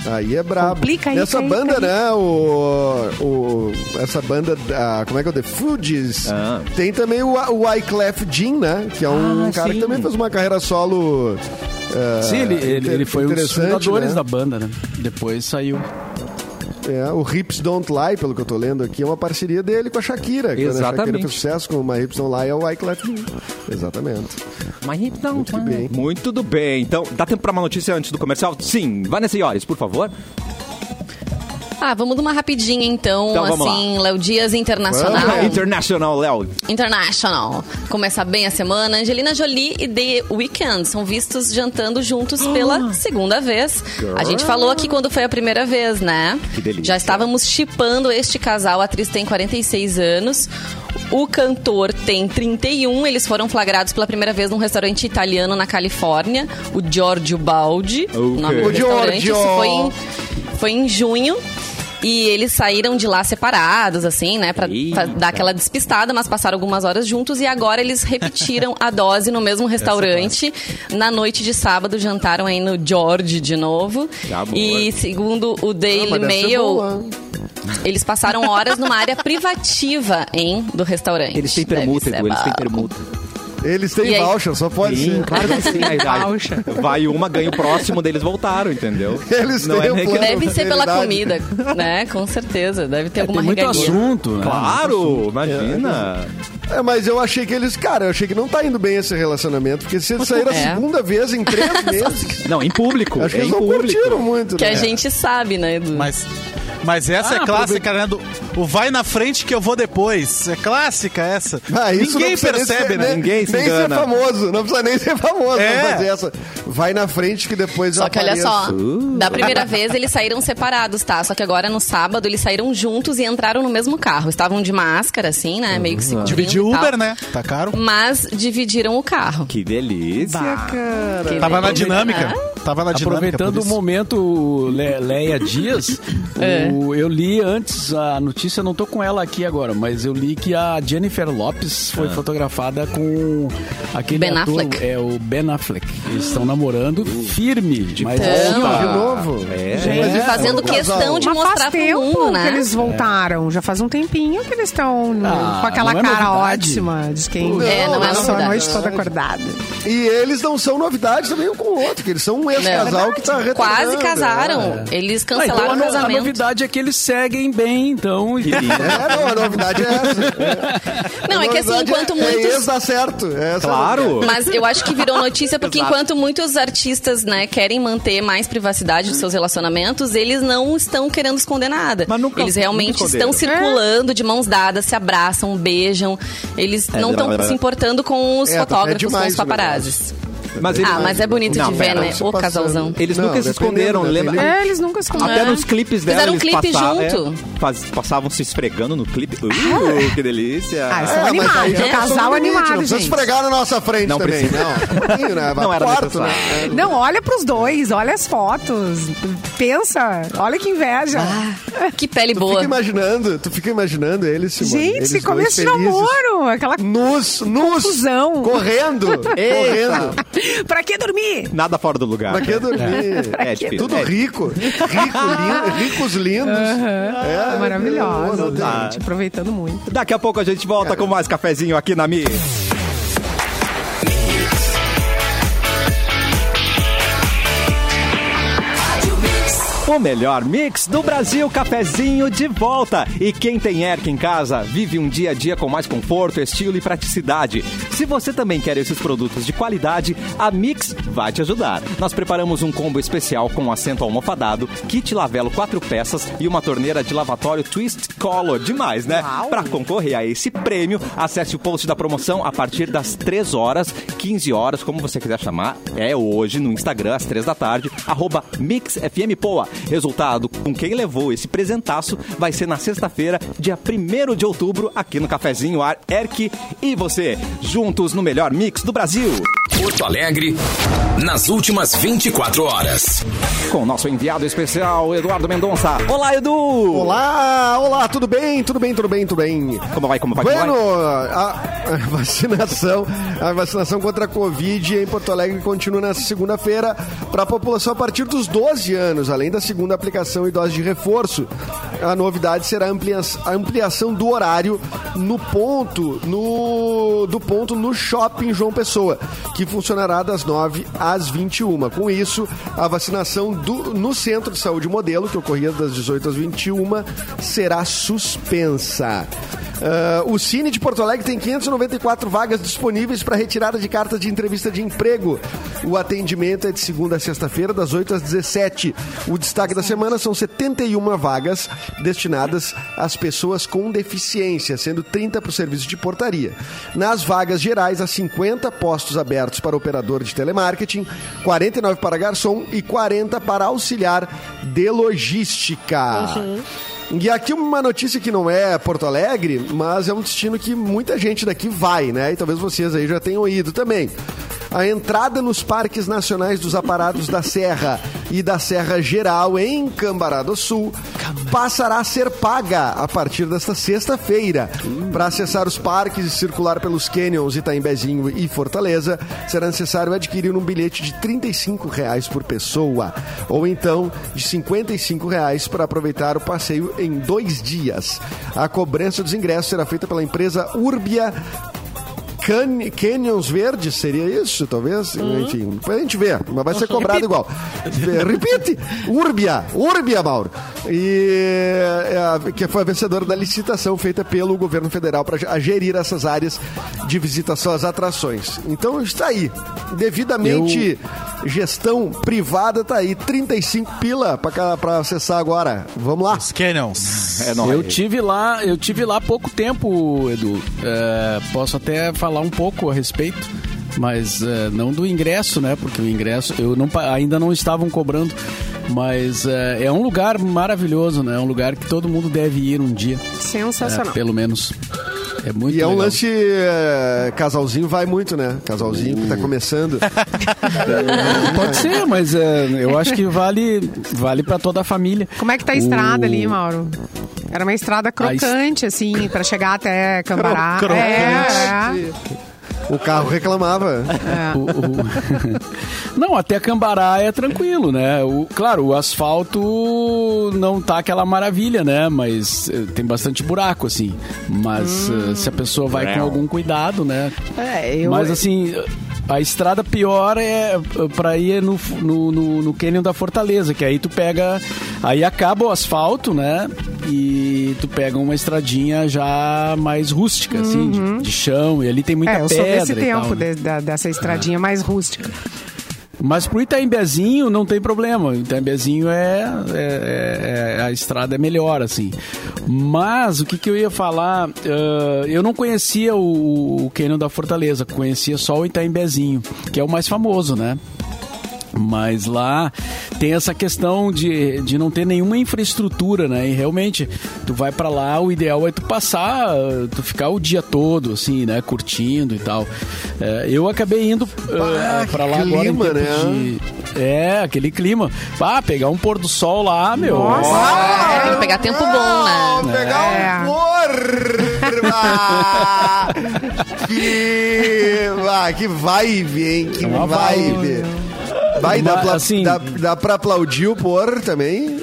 Aí é brabo. Complica aí, Essa aí, banda, aí. né? O, o- essa banda, ah, como é que é o The Fugees? Ah. Tem também o, o Wyclef Jean, né? Que é um Ah, cara que sim. também fez uma carreira solo. ah, Sim, ele, ele, inter- ele foi um dos interessante, fundadores né? da banda, né? Depois saiu. É, o Hips Don't Lie, pelo que eu tô lendo aqui, é uma parceria dele com a Shakira. Quando a Shakira Exatamente. fez sucesso com uma Hips Don't Lie, é o Wyclef Jean. Exatamente. Mas então, Muito que bem. Muito do bem. Então, dá tempo pra uma notícia antes do comercial? Sim. Vanessa Iores, por favor. Ah, vamos de uma rapidinha então, Então, vamos assim, Léo Dias Internacional. Ah, International, Léo. International. Começa bem a semana. Angelina Jolie e The Weeknd são vistos jantando juntos pela segunda vez. A gente falou aqui quando foi a primeira vez, né? Que delícia. Já estávamos chipando este casal. A atriz tem 46 anos. O cantor tem 31. Eles foram flagrados pela primeira vez num restaurante italiano na Califórnia. O Giorgio Baldi. O nome do O Giorgio! restaurante. Isso foi em, foi em junho. E eles saíram de lá separados, assim, né? Pra, pra Eita. dar aquela despistada, mas passaram algumas horas juntos e agora eles repetiram a dose no mesmo restaurante. Na noite de sábado, jantaram aí no George de novo. Tá bom. E segundo o Daily mas deve ser Mail, boa. eles passaram horas numa área privativa, hein, do restaurante. Eles têm Deve permuta, ser Edu, eles têm bom. permuta. Eles E têm aí? voucher, só pode ser. claro que sim. Aí vai, Pauxa. vai uma, ganha o próximo, deles voltaram, entendeu? Eles Não têm é É, um nem que- plano. Deve ser pela comida, Verdade. né? Com certeza. Deve ter alguma Tem muito regadinha. assunto, né? Claro, imagina. É, mas eu achei que eles, cara, eu achei que não tá indo bem esse relacionamento, porque se eles saíram É. a segunda vez em três meses, Não, em público. acho que é em eles não curtiram público. muito, Que né? a gente sabe, né, Edu? Mas, mas essa é Ah, clássica, né? Do, o vai na frente que eu vou depois. É clássica essa. Ah, isso não Ninguém precisa nem percebe, ser- né? nem- Ninguém se nem engana. ser famoso, não precisa nem ser famoso É. pra fazer essa. Vai na frente que depois eu Só que olha só, apareço. da primeira vez eles saíram separados, tá? Só que agora no sábado eles saíram juntos e entraram no mesmo carro. Estavam de máscara, assim, né? Meio que Uhum. se cobrindo Dividir e tal. Uber, né? Tá caro. Mas dividiram o carro. Que delícia, cara. Que Tava na legal, dinâmica. né? Ah. Tava na dinâmica. Aproveitando o por isso. momento Le- Leia Dias, É. o- eu li antes a notícia, não tô com ela aqui agora, mas eu li que a Jennifer Lopes Ah. foi fotografada com aquele Ben ator, Affleck. é o Ben Affleck. Eles estão namorando Hum. firme, mas Então. assim, ó, De novo. É. Mas isso Fazendo é um casal. questão de Mas mostrar faz pro tempo mundo, né? que eles voltaram. Já faz um tempinho que eles estão no- Ah, com aquela não é cara novidade. ótima de quem É, não é passou a novidade. noite toda acordada. E eles não são novidades também um com o outro, que eles são um ex-casal que tá retornando. É Quase né? casaram. Eles Ah, então cancelaram a o no- a, casamento. novidade é que eles seguem bem, então. e- É, não, a novidade é essa. Não, A é que assim, novidade enquanto é, É muitos ex dá certo. é essa a novidade. Claro. Mas eu acho que virou notícia porque enquanto muitos artistas, né, querem manter mais privacidade dos seus relacionamentos, eles não estão querendo esconder nada. Mas nunca- eles realmente nunca esconderam. estão circulando de mãos dadas, se abraçam, beijam. Eles não blá, blá, estão blá. se importando com os É, tá- é fotógrafos, com demais os o paparazzis. Mas Ah, mas é bonito Não, de ver, pera. né? O casalzão. Eles Não, nunca se dependendo, esconderam, dependendo. lembra? É, eles nunca se Até É. nos clipes dela Fizeram um eles clipe passavam, é, junto. faz- passavam se esfregando no clipe. Uh, que delícia. Ah, isso É, assim, são mas aí animados, já é um passou casal do limite, animado, Não precisa gente. esfregar na nossa frente Não também. precisa. Não, um pouquinho, né? Não era Quarto, né? necessário. Não, olha pros dois, olha as fotos. Pensa, olha que inveja. É. Que pele Tu boa. fica imaginando, tu fica imaginando eles, Simone, eles gente, é dois começo de felizes, namoro. Aquela Nus, nus. Confusão. Correndo, correndo. pra que dormir? Nada fora do lugar. Pra que dormir? É, difícil. Tudo É. rico. Rico, lindo, ricos lindos. É, Maravilhosa, não, não tem. gente, aproveitando muito. Daqui a pouco a gente volta com mais cafezinho aqui na Mi. O melhor mix do Brasil, cafezinho de volta. E quem tem Erk em casa vive um dia a dia com mais conforto, estilo e praticidade. Se você também quer esses produtos de qualidade, a Mix vai te ajudar. Nós preparamos um combo especial com assento almofadado, kit lavelo quatro peças e uma torneira de lavatório Twist Color. Demais, né? Para concorrer a esse prêmio, acesse o post da promoção a partir das 3 horas, 15 horas, como você quiser chamar. É hoje no Instagram, às 3 da tarde, arroba MixFMPoa. Resultado, com quem levou esse presentaço, vai ser na sexta-feira, dia 1 de outubro, aqui no Cafezinho Ar Erc. E você, juntos no melhor mix do Brasil. Porto Alegre, nas últimas 24 horas. Com nosso enviado especial, Eduardo Mendonça. Olá, Edu! Olá, olá, tudo bem? Tudo bem, tudo bem, tudo bem. Como vai, como vai, como Bueno, vai? a, a vacinação, a vacinação contra a Covid em Porto Alegre continua nessa segunda-feira para a população a partir dos 12 anos, além da segunda aplicação e dose de reforço. A novidade será a amplia- a ampliação do horário no ponto, no do ponto no shopping João Pessoa, que funcionará das 9 às 21. Com isso, a vacinação do- no centro de saúde modelo, que ocorria das 18 às 21, será suspensa. Ah, o Cine de Porto Alegre tem 594 vagas disponíveis para retirada de cartas de entrevista de emprego. O atendimento é de segunda a sexta-feira, das 8 às 17. O destaque da semana são 71 vagas destinadas às pessoas com deficiência, sendo 30 para o serviço de portaria. Nas vagas gerais, há 50 postos abertos para operador de telemarketing, 49 para garçom e 40 para auxiliar de logística. E aqui uma notícia que não é Porto Alegre, mas é um destino que muita gente daqui vai, né? E talvez vocês aí já tenham ido também. A entrada nos parques nacionais dos aparados da Serra e da Serra Geral em Cambará do Sul passará a ser paga a partir desta sexta-feira. Para acessar os parques e circular pelos canyons Itaimbezinho e Fortaleza, será necessário adquirir um bilhete de R$ 35 reais por pessoa, ou então de R$ 55 reais para aproveitar o passeio em dois dias. A cobrança dos ingressos será feita pela empresa Urbia Can Canyons Verdes, seria isso, talvez? Enfim, a gente vê, mas vai ser cobrado igual. Eh, Repite! Urbia, Urbia, Mauro. E, eh, que foi a vencedora da licitação feita pelo governo federal para gerir essas áreas de visitação às atrações. Então está aí. Devidamente gestão privada está aí. 35 pila para acessar agora. Vamos lá. Os Canyons. É nóis. Eu tive lá, eu tive lá há pouco tempo, Edu. É, posso até falar um pouco a respeito, mas é, não do ingresso, né? Porque o ingresso eu não, pa- ainda não estavam cobrando, mas é, é um lugar maravilhoso, né? É um lugar que todo mundo deve ir um dia, né? Sensacional. pelo menos. É muito E é um legal. lance. eh, Casalzinho vai muito, né? Casalzinho que tá começando. Pode ser, mas é, eu acho que vale, vale para toda a família. Como é que tá a estrada O- ali, Mauro? Era uma estrada crocante, assim, pra chegar até Cambará. Cro- crocante. É, O carro reclamava. é, é. O- o- não, até Cambará é tranquilo, né? O, claro, o asfalto não tá aquela maravilha, né? Mas eh, tem bastante buraco, assim. Mas eh, se a pessoa vai com algum cuidado, né? Hum. É, eu- Mas assim. A estrada pior é eh, pra ir no, no, no, no Canyon da Fortaleza, que aí tu pega. Aí acaba o asfalto, né? E tu pega uma estradinha já mais rústica, assim, de, de chão. E ali tem muita Uhum. É, eu pedra. sou desse e tal, tempo, né? É. de- da- dessa estradinha mais rústica. Mas pro Itaimbezinho não tem problema. O Itaimbezinho é, é- é- é- A estrada é melhor, assim. Mas o que, que eu ia falar? ah, eu não conhecia o, o Canyon da Fortaleza, conhecia só o Itaimbezinho, que é o mais famoso, né? Mas lá tem essa questão de, de não ter nenhuma infraestrutura, né? E realmente, tu vai pra lá, o ideal é tu passar, eh, tu ficar o dia todo, assim, né? Curtindo e tal. Eh, eu acabei indo Bah, eh, pra lá Ah, que agora em clima, tempo né? de... É, aquele clima. Ah, pegar um pôr do sol lá, meu. É, tem que pegar tempo bom, né? Vamos Ah, pegar É. um corva! que, ah, que vibe, hein? Que É uma vibe! Vai, dá, Mas, pra- assim- dá, dá pra aplaudir o por também?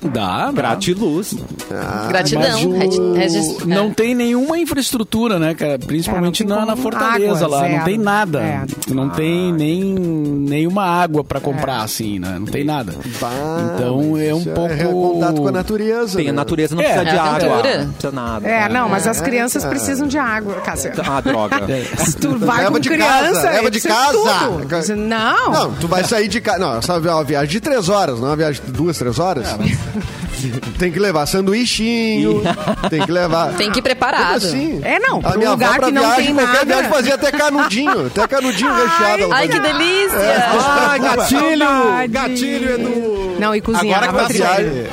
Dá, dá. Gratiluz. Mas Gratidão. o- Regi- Ah, regis- Não é. tem nenhuma infraestrutura, né, cara? Principalmente É, não tem na, na como- Fortaleza água, lá. zero. Não tem nada. É. Tu Não tem nem, nenhuma água pra comprar, assim, né? Não tem nada. Bah, então mas é um isso pouco. Ah, É contato com a natureza. Tem a né? natureza, não É, precisa é de a água. aventura. Não precisa nada. É, não, mas É. as crianças cara. precisam de água, Caceta. Tá. Ah, droga. Se tu vai Leva com de criança, casa, leva de isso é casa. tudo. Isso- Não. Não, tu vai sair de casa. Não, essa é uma viagem de três horas, não é uma viagem de duas, três horas. É, tem que levar sanduichinho, tem que levar. Tem que ir preparado. Assim? É, não, A pra um minha avó lugar pra que não viagem, tem qualquer nada. viagem fazia até canudinho, até canudinho recheado. ela Ai, que fazia. delícia! Ai, gatilho! Saudade. Gatilho, Edu! Não, e é Agora cozinhava que tá triângulo. viagem.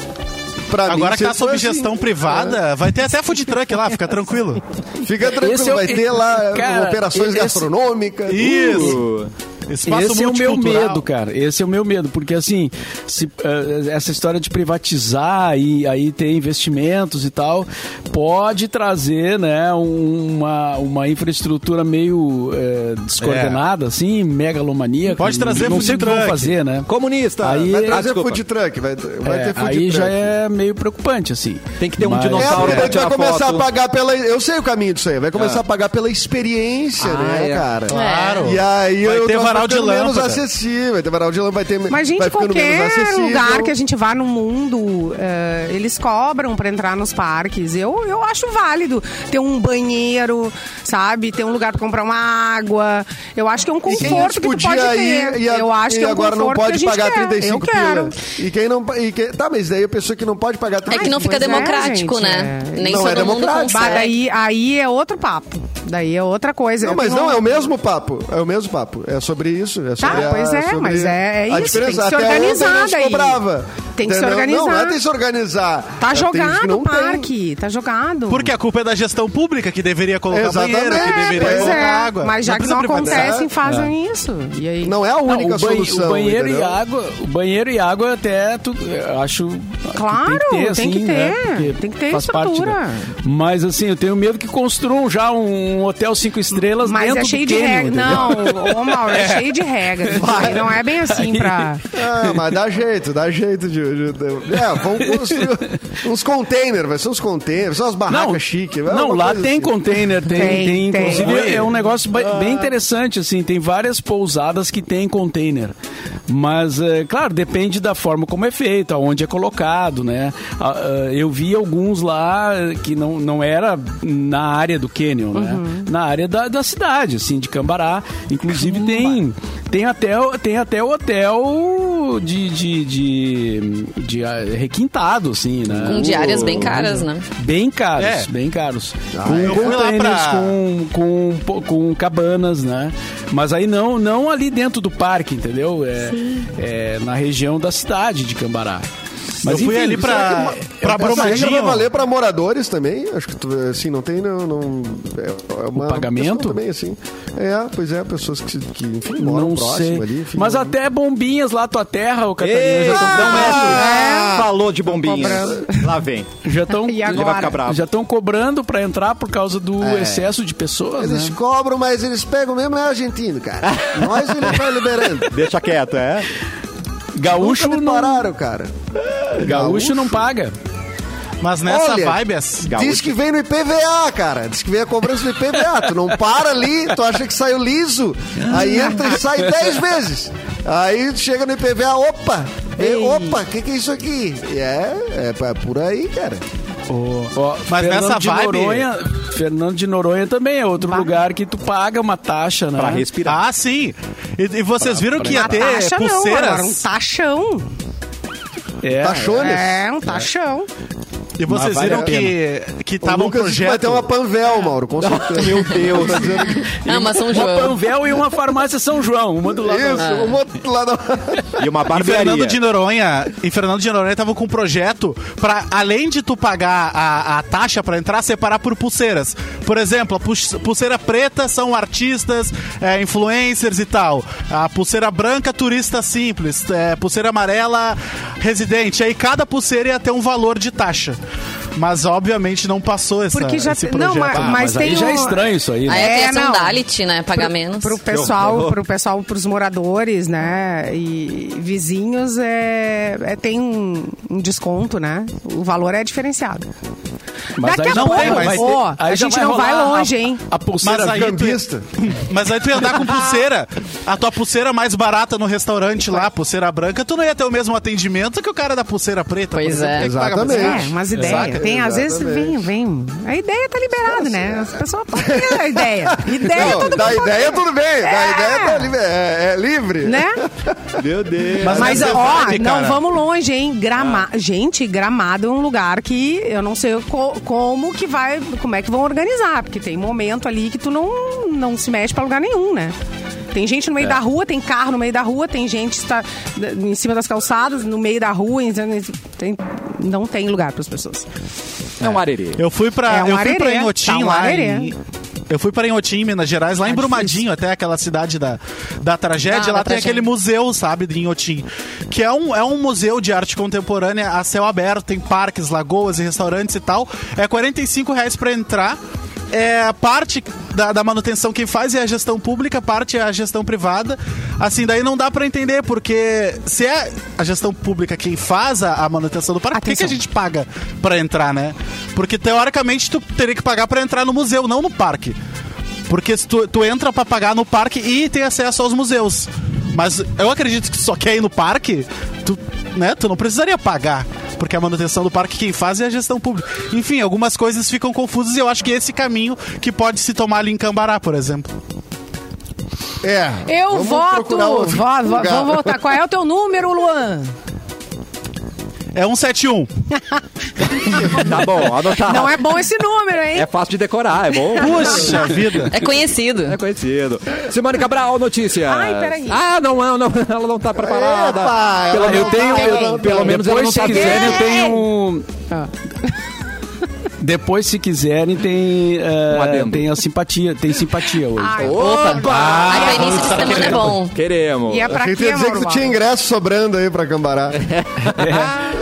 pra mim, Agora que tá sempre foi sob assim. gestão privada, vai ter até food truck lá, fica tranquilo. Fica tranquilo, Esse é o- vai ter lá Cara, operações esse- gastronômicas. Tipo, Isso. Espaço Esse é o meu multicultural. medo, cara. Esse é o meu medo, porque assim, se, eh, essa história de privatizar e aí ter investimentos e tal, pode trazer, né, um- uma, uma infraestrutura meio eh, descoordenada, assim, megalomaníaca. Pode trazer Não food sei o que vão truck. fazer, né? Comunista. Aí- Uh, Vai Ah, trazer desculpa. food truck, vai, vai É, ter food aí truck. já é meio preocupante, assim. Tem que ter um Mas- É, dinossauro. porque pra daí tu tirar vai começar foto. a pagar pela. Eu sei o caminho disso aí. Vai começar a pagar pela experiência, né, cara? É, Claro. E aí Vai eu ter tô varal de ficando menos lâmpada. acessível. Vai ter varal de lâmpada, vai ter. Mas, gente, vai ficando qualquer menos acessível. lugar que a gente vá no mundo, eh, eles cobram pra entrar nos parques. Eu, eu acho válido ter um banheiro, sabe? Ter um lugar pra comprar uma água. Eu acho que é um E quem antes conforto que tu pode podia ter. ir e, a- eu acho e que é um agora não conforto que a pode gente pagar quer. 35 eu quero. pila. E quem não. E quem, tá, mas daí a pessoa que não pode pagar 35 É que não fica Pois é, democrático, gente, né? é. Nem Não todo é mundo democrático. Bah, consegue. daí, aí é outro papo. Daí é outra coisa. Não, Eu mas tenho- não, é o mesmo papo. É o mesmo papo. É sobre isso. É sobre a- pois é, sobre mas é- é a isso, tem que diferença. se Até ontem organizar não se daí. cobrava. Tem que se Entendeu? Não, não é organizar. tem que se organizar. Tá É, tem que jogado não o parque, tá jogado. Porque a culpa é da gestão pública, que deveria colocar Exatamente. banheiro, que É, deveria pois colocar é. água. Mas já que precisa não privatizar. É. acontecem, fazem isso. E aí? Tem. Não é a Não, única o, banhe- solução. o banheiro entendeu? e água, o banheiro e água até tu, eu acho Claro, que tem que ter, tem que assim, ter, né? Porque tem que ter faz parte, estrutura. né? Mas assim, eu tenho medo que construam já um hotel cinco estrelas Mas dentro é cheio do de cânion, regra. entendeu? Não, ô Mauro, é cheio de regras. Isso aí Não é bem assim pra. Ah, mas dá jeito, dá jeito de. de- de- é, vamos construir uns containers, vai ser uns containers, só as barracas chiques. vai, não uma lá coisa tem assim. Ah. container, tem, Tem, tem, tem. inclusive é um negócio ba- bem interessante assim, tem várias pousadas que tem container. Mas é, claro, depende da forma como é feito, aonde é colocado, né? Ah, ah, Eu vi alguns lá eh, que não, não era na área do Canyon, né? Uhum. Na área da, da cidade, assim, de Cambará, inclusive tem tem até o- tem até o hotel de de, de, de, ah, requintado assim, né? Com diárias bem caras, né? Bem caros, É. bem caros. eu com fui lá containers, pra- com, com, po- com cabanas, né? Mas aí não, não ali dentro do parque, entendeu? É, é na região da cidade de Cambará. Mas Eu fui enfim, ali pra, pra Essa regra vai Brumadinho. valer É pra moradores também? Acho que, tu, assim, não tem, não... não é, é uma O pagamento? questão também, assim. É, pois é, pessoas que, que enfim, moram Não próximo sei. ali. enfim, Mas não- até bombinhas lá tua terra, o Catarina, Ei, já não Ah! tão- é, falou de bombinhas. Lá vem. já estão Ele E vai ficar agora? bravo. já estão cobrando pra entrar por causa do É. excesso de pessoas, né? Eles cobram, mas eles pegam mesmo, é argentino, cara. Nós ele vai liberando. Deixa quieto, é? Gaúcho Nunca me não, pararam, cara. gaúcho não paga. Mas nessa Olha, vibe, é as... Diz que vem no IPVA, cara. Diz que vem a cobrança do IPVA. tu não para ali, tu acha que saiu liso. Aí entra e sai 10 vezes. Aí tu chega no IPVA, opa! Vem, opa, o que, que é isso aqui? E É, é pra- por aí, cara. Ó, Mas Fernando nessa de vibe- Noronha, Fernando de Noronha também é outro lugar que tu paga uma taxa, né? Pra respirar. Ah, sim. E, e vocês viram que ia Uma ter taxa não, agora um é, pulseiras. taxão. É, Tachones. É, um taxão. e Mas vocês vale viram a que, que O tava um Lucas disse que projeto. vai ter uma Panvel, Mauro, com certeza. Tá Meu Deus. Ah, mas São Uma João. Panvel e uma farmácia São João, uma do lado. da outra. Isso, um outro lá da... E uma E Fernando barbearia. de Noronha, e Fernando de Noronha tava com um projeto pra, além de tu pagar a, a taxa pra entrar, separar por pulseiras. Por exemplo, a pux- pulseira preta são artistas, é, influencers e tal. A pulseira branca, turista simples. É, pulseira amarela, residente. Aí cada pulseira ia ter um valor de taxa. Mas obviamente não passou essa, Porque já esse te- não, projeto. mas- Ah, mas mas aí tem já é um- estranho isso aí, né? Aí é, É, criação não. da Ality, né? Pagar menos. Pro pessoal, pro pessoal, pros moradores, né? E vizinhos é, é- tem um, um desconto, né? O valor é diferenciado. Mas Daqui aí a já pouco, vai- vai ter- ó, aí a já gente não rolar vai longe, a- hein? A pulseira Mas aí- Cambista. Mas aí tu ia andar com pulseira. A tua pulseira mais barata no restaurante lá, pulseira branca, tu não ia ter o mesmo atendimento que o cara da pulseira preta. Pois por exemplo, é. que paga Exatamente. mais É, caro. umas ideias. Tem, às vezes, vem, vem. A ideia tá liberada, né? As pessoas podem ter a ideia. Ideia Não, todo da mundo ideia pode ter, tudo bem, da É. ideia tá li- é, é livre. Né? Meu Deus. Mas, essa é a ó, vibe, não cara. vamos longe, hein? Grama... Ah. Gente, Gramado é um lugar que eu não sei co- como que vai, como é que vão organizar, porque tem momento ali que tu não, não se mexe pra lugar nenhum, né? Tem gente É. no meio da rua, tem tá, carro no meio da rua, tem gente está em cima das calçadas, no meio da rua, em- tem Não tem lugar para as pessoas. É um arerê. Eu fui pra, É um eu fui pra arerê, Inhotim tá um lá. arerê. É em- eu fui para Inhotim, Minas Gerais, lá em Brumadinho, até aquela cidade da, da tragédia. Ah, lá da tem tragédia. aquele museu, sabe, de Inhotim, que é um, é um museu de arte contemporânea a céu aberto, tem parques, lagoas e restaurantes e tal. É R$ 45 reais pra entrar. É, parte da, da manutenção quem faz é a gestão pública, parte é a gestão privada. Assim, daí não dá pra entender, porque se é a gestão pública quem faz a, a manutenção do parque, por que que a Atenção. gente gente paga pra entrar, né? Porque teoricamente tu teria que pagar pra entrar no museu, não no parque. Porque se tu, tu entra pra pagar no parque e tem acesso aos museus. Mas eu acredito que tu só quer ir no parque, tu, né, tu não precisaria pagar. Porque a manutenção do parque quem faz é a gestão pública. Enfim, algumas coisas ficam confusas e eu acho que é esse caminho que pode se tomar ali em Cambará, por exemplo. É. Eu vamos voto! procurar Vo- outro vo- lugar. Vamos votar. Qual é o teu número, Luan? É 171. Tá bom, anotar. Não é bom esse número, hein? É fácil de decorar, é bom. Puxa vida. É conhecido. É conhecido. Simone Cabral, notícia. Ai, peraí. Ah, não, não, não, ela não tá preparada. Epa, pelo ela eu não tenho, tá eu, preparada. pelo menos ela Depois, não se tá quiserem, eu vendo. tenho. Ah. Depois, se quiserem, tem, eh, Um adendo. tem a simpatia. Tem simpatia hoje. Ai, Opa! Ai, o início de semana é bom. Queremos. E é pra Achei que tu quê, ia dizer que Mauro? tu tinha ingresso sobrando aí pra Cambará. Ah,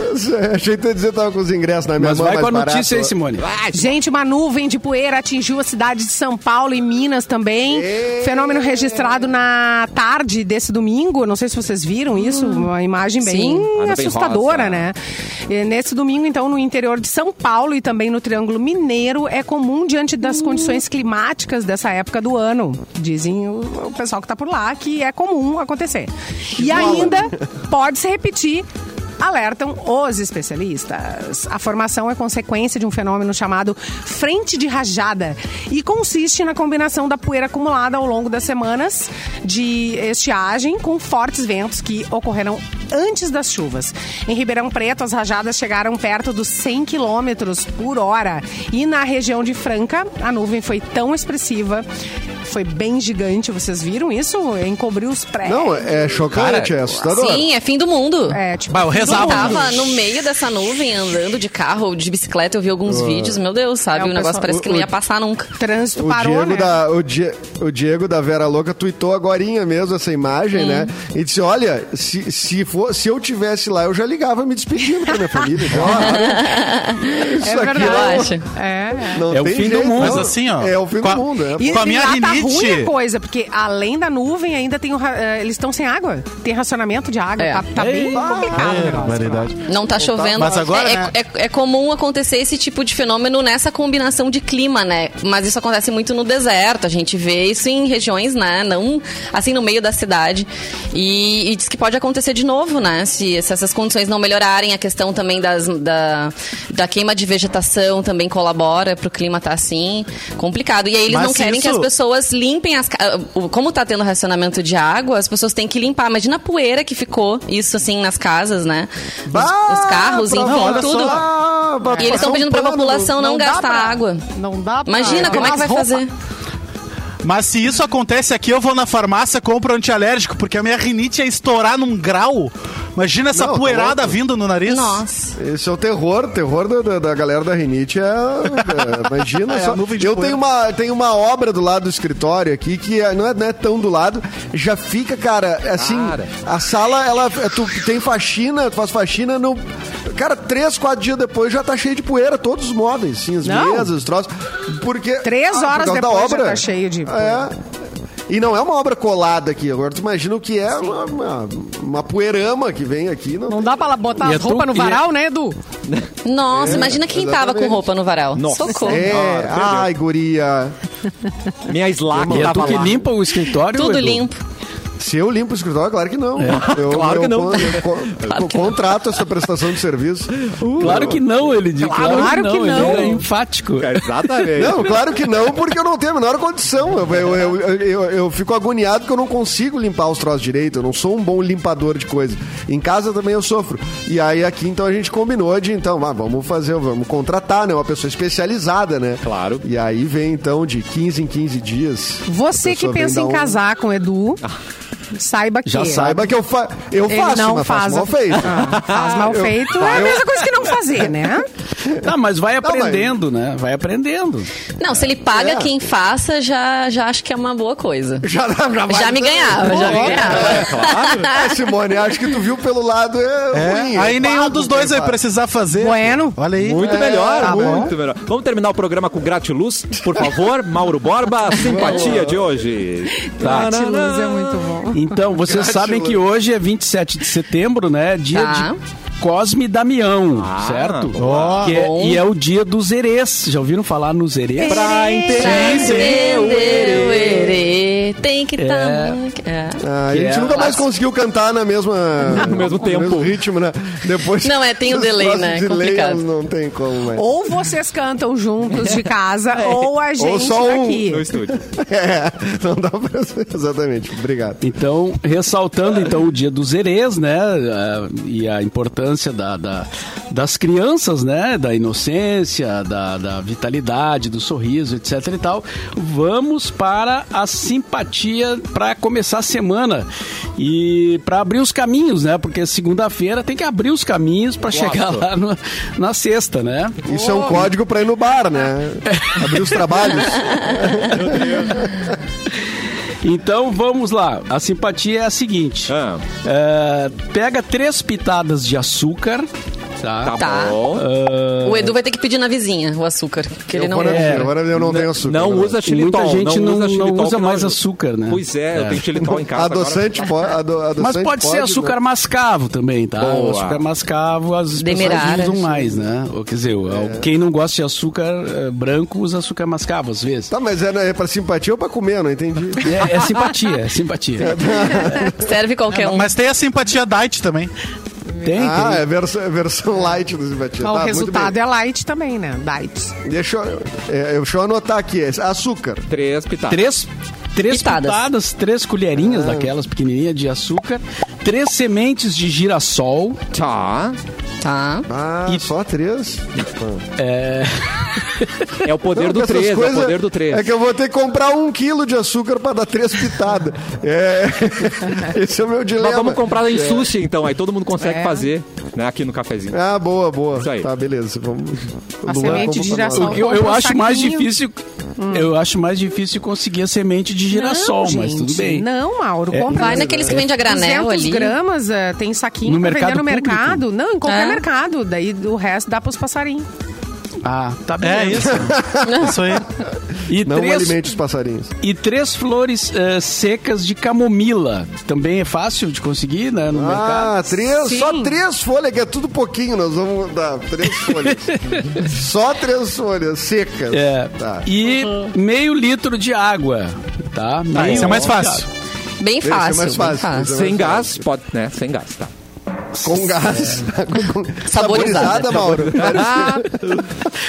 Achei que tu ia dizer que tava com os ingressos na minha Mas mão é vai mais com a barato. notícia aí, Simone. Gente, uma nuvem de poeira atingiu a cidade de São Paulo e Minas também. Fenômeno registrado na tarde desse domingo. Não sei se vocês viram isso, uma imagem bem Sim. Ah, nuvem assustadora, rosa. né? E nesse domingo, então, no interior de São Paulo e também no Triângulo Mineiro, é comum diante das condições climáticas dessa época do ano. Dizem o, o pessoal que tá por lá que é comum acontecer. E ainda pode se repetir. Alertam os especialistas. A formação é consequência de um fenômeno chamado frente de rajada e consiste na combinação da poeira acumulada ao longo das semanas de estiagem com fortes ventos que ocorrerão antes das chuvas. Em Ribeirão Preto, as rajadas chegaram perto dos 100 km por hora. E na região de Franca, a nuvem foi tão expressiva, foi bem gigante. Vocês viram isso? Encobriu os prédios. Não, é chocante, é assustador. Sim, é fim do mundo. É, tipo, Bah, eu rezava. Eu tava no meio dessa nuvem andando de carro ou de bicicleta, eu vi alguns vídeos, meu Deus, É, sabe? o Ah. o negócio pessoal- parece que não ia passar nunca. o trânsito O parou, Diego, né? da, o, Die- o Diego da Vera Louca tweetou agorinha mesmo essa imagem, né? E disse: Olha, se, se, for, se eu tivesse lá, eu já ligava me despedindo da minha família. Então, ó, É isso aqui verdade. eu não- acho. É, é. não É o tem fim do jeito, mundo. não. Mas assim, ó, É o fim com a- do mundo, é. E- Com a minha lá rinite- tá ruim a coisa, porque além da nuvem ainda tem o ra- eh, eles estão sem água. Tem racionamento de água. É. Tá, tá bem É, complicado o negócio. Não tá chovendo. Mas agora, é, né? é, é- é comum acontecer esse tipo de fenômeno nessa combinação de clima, né? Mas isso acontece muito no deserto. A gente vê isso em regiões, né? Não assim no meio da cidade. E, e diz que pode acontecer de novo, né? Se, se essas condições não melhorarem, a questão também das, da, da queima de vegetação também colabora pro clima tá assim. Complicado. E aí eles Mas não se querem que isso- as pessoas limpem as. ca- o- Como tá tendo racionamento de água, as pessoas têm que limpar. Imagina a poeira que ficou isso assim nas casas, né? Os- os, carros, enfim, tudo. Ah, pra E eles passar estão um pedindo pra pano, população Então não, dá gastar pra- água. Não dá pra... Imagina como é que vai Roupa. fazer. Mas se isso acontece aqui, eu vou na farmácia, compro antialérgico, porque a minha rinite é estourar num grau. Imagina essa Não, tá poeirada louco. vindo no nariz. Nossa. Esse é o terror, o terror da, da- da galera da rinite é. é, imagina É, só. a nuvem de Eu tenho poeira. uma, tenho uma obra do lado do escritório aqui que é- não é, não é tão do lado, já fica, cara, assim, Cara. a sala, ela. é, Tu tem faxina, tu faz faxina no. Cara, três, quatro dias depois já tá cheio de poeira, todos os móveis, sim, as Não. mesas, os troços. Porque. Ah, Três por horas causa da depois já tá cheio de poeira. É. E não é uma obra colada aqui. Agora tu imagina o que é uma, uma, uma poeirama que vem aqui. Não, Não dá pra ela botar E as é roupas tu- no varal, né, Edu? Nossa, imagina quem tava com É, exatamente. roupa no varal. Ah, Socorro. É, ai, guria. Minha slack E é tu tava que lá. limpa o escritório? Tudo Edu? limpo. Se eu limpo o escritório, claro que não. Eu, É. Claro que eu não. con- eu con- eu contrato essa prestação de serviço. Uh, Claro que não, ele diz. Claro, Claro que que não. não. Ele é enfático. Exatamente. É. Não, claro que não, porque eu não tenho a menor condição. Eu, eu, eu, eu- eu fico agoniado porque eu não consigo limpar os troços direito. Eu não sou um bom limpador de coisa. Em casa também eu sofro. E aí aqui então a gente combinou de então, ah, vamos fazer, vamos contratar, né? Uma pessoa especializada, né? Claro. E aí vem então de 15 em 15 dias. a Você que pessoa vem pensa dar em um- casar com o Edu, saiba que. Já saiba que eu, fa eu Ele faço, não mas faz faço mal feito. Ah, faz mal Eu- Ah, feito é a eu- mesma coisa que não fazer, né? Tá, mas vai mas- aprendendo, né? Vai aprendendo. Não, se ele paga É. quem faça, já, já acho que é uma boa coisa. Já, já, vai- Já me tá ganhava, já me ganhava. Ah, Simone, acho que tu viu pelo lado é, ruim. É, aí eu nenhum pago dos dois quem vai faz. precisar fazer. Bueno. Olha aí. É, Muito melhor, tá bom. muito melhor. Vamos terminar o programa com Gratiluz, por favor. Mauro Borba, simpatia de hoje. Tá. Gratiluz é muito bom. Então, vocês sabem que hoje é 27 de setembro, né? Dia Tá. de Cosme Damião, certo? boa. Que é- e é o dia dos erês. Já ouviram falar nos erês? Pra Pra entender entender o o erê, tem É. que tá, é. estar. Ah, a gente Yeah. nunca mais conseguiu cantar na mesma, No mesmo tempo. mesmo ritmo, né? Depois Não, é, tem o os delay, nossos né? É delays complicado. Não tem como, né? mais. Ou vocês cantam juntos de casa, ou a gente só um. daqui. no estúdio. É, não dá pra Exatamente, obrigado. Então, ressaltando então o dia dos erês, né? ah, E a importância da, da- das crianças, né? Da inocência, da, da vitalidade, do sorriso, etc e tal. Vamos para a simpatia para começar a semana e para abrir os caminhos, né? Porque segunda-feira tem que abrir os caminhos para chegar lá no- na sexta, né? Isso é um código pra ir no bar, né? Abrir os trabalhos. Então vamos lá. A simpatia é a seguinte: Ah. É, pega três pitadas de açúcar. Tá. Tá, Tá. bom. É, O Edu vai ter que pedir na vizinha o açúcar, porque ele não Agora, é. agora eu não tenho açúcar. Não né? usa xilitol. muita gente não, não usa, xilitol, que não mais ajuda. açúcar, né? Pois é, eu tenho xilitol em casa agora. Adoçante, po- ado- adoçante Mas pode ser né? açúcar mascavo também, tá? Boa. O açúcar mascavo as Demerara, pessoas sim. usam mais, né? Ou, quer dizer, quem não gosta de açúcar eh, branco usa açúcar mascavo às vezes. Tá, mas é, né, é pra simpatia ou pra comer? Não entendi. É, é simpatia, é simpatia. serve qualquer um. Mas tem a simpatia diet também. Tem, Ah, tem. é vers- é versão light do simpatia. o Tá, muito resultado bem. é light também, né? Diet. Deixa eu, é, deixa eu anotar aqui. é Açúcar. Três tá. pitadas. Três, três Pitadas. pitadas. três colherinhas daquelas pequenininhas de açúcar, três sementes de girassol, Tá. Tá. Ah, E- só três? É o poder Não, do essas três, é o coisas- poder do três. É que eu vou ter que comprar um quilo de açúcar pra dar três pitadas. É, esse é o meu dilema. Mas vamos comprar É. em sushi, então. Aí todo mundo consegue É. fazer, né? Aqui no cafezinho. Ah, boa, boa. Isso aí. Tá, beleza. Vamos. A Luan, semente como de tá girassol. na- Eu, eu Compra um acho mais saquinho. Hum. difícil. Eu acho mais difícil conseguir a semente de girassol, Não, mas gente, tudo bem. Não, Mauro. É, compra Vai naqueles que vende a granel 200 ali. gramas, eh, tem saquinho No pra mercado vender no público? mercado. Não, em qualquer É. mercado. Daí o resto dá pros passarinhos. Ah, tá bem. É isso. isso aí. E, Não três, alimente os passarinhos. e três flores eh, secas de camomila. Também é fácil de conseguir, né? No mercado. Ah, três, Sim. só três folhas, que é tudo pouquinho. Nós vamos dar três folhas. só três folhas secas. É. Tá. E meio litro de água. Tá? Tá, Meio isso é mais litro de fácil. água. Bem Esse é fácil, mais fácil, bem fácil. esse é Sem mais gás, pode, né? Sem gás, tá. Com gás. Saborizada. Mauro.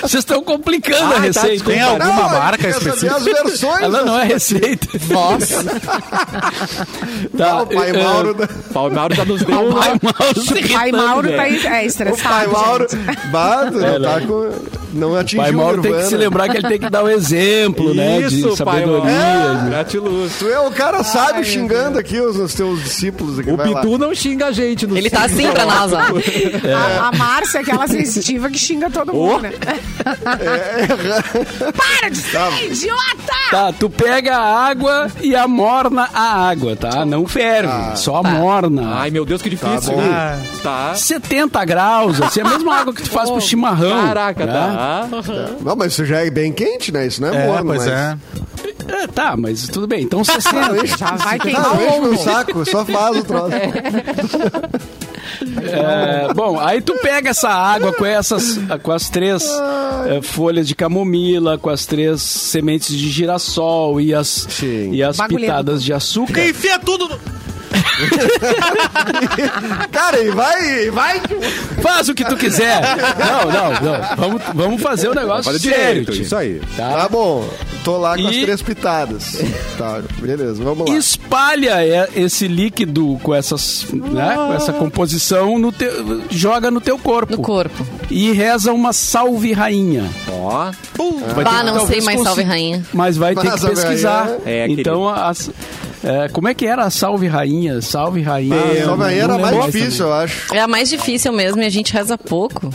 Vocês estão complicando a tá, receita. desculpa. Tem hein? alguma Não, é marca eu quero saber específica? As versões. Ela não é receita. Voz. Tá, Ah, O pai eh, Mauro. né? da- Paulo Mauro já nos deu O uma... pai Mauro se Pai irritando, Mauro tá velho. es- é, O pai estressado. Mauro. gente. Bato, não, tá com, não atingiu Pai Mauro o tem que Urbana. se lembrar que ele tem que dar o exemplo, né? De Isso, pai Mauro. sabedoria. de- Gratiluz. É, Tu é o cara sábio xingando aqui os, os teus discípulos. Aqui, O vai lá. Bidu não xinga a gente. no Ele tá Sim. assim pra nós, ó. A, a Márcia é aquela sensitiva que xinga todo mundo, né? É. Para de ser idiota! Tá, tu pega a água e amorna a água, tá? Não ferve, só Tá. amorna. Ai, meu Deus, que difícil. bom. Ah, Tá. 70 graus, assim, é a mesma água que tu faz pro chimarrão. Caraca, né? tá. Não, mas isso já é bem quente, né? Isso não é, morno, mas... É, tá, mas tudo bem. Então 60. Já vai Não, queimar o Tá, enche meu lombo. saco, só faz o troço. É, bom, aí tu pega essa água com essas, com as três é, folhas de camomila, com as três sementes de girassol e as, Sim. e as Bagulhento. pitadas de açúcar. Enfia tudo no... Cara, e vai, e vai. Faz o que tu quiser. Não, não, não. Vamos, vamos fazer o negócio Fala sério. direito, tio. isso aí. Tá? Tá bom, tô lá com as E- três pitadas. Tá, beleza, vamos lá. espalha é, esse líquido com essas, né, com essa composição no teu, joga no teu corpo No corpo. e reza uma salve rainha. Ó. Tu vai Bah, ter que não sei talvez mais consi- salve rainha. Mas vai ter Mas que salve pesquisar. rainha é- É, então as- É, como é que era a Salve Rainha? Salve Rainha. Ah, Eu Salve não Rainha era lembro mais também. difícil, eu acho. É a mais difícil mesmo e a gente reza pouco.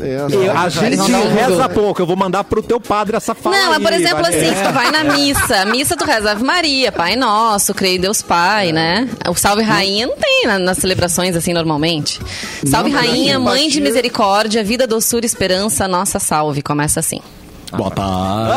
É, A gente não dá um reza jogo. pouco, eu vou mandar pro teu padre essa fala não, aí, é por exemplo Valéria. assim, tu vai na missa. Missa tu reza Ave Maria, Pai Nosso, Creio em Deus É. Pai, né? O Salve Rainha não tem na- nas celebrações assim normalmente. Salve assim, Rainha, Mãe de Misericórdia, Vida, Doçura, Esperança, Nossa Salve. Começa assim. Boa tarde.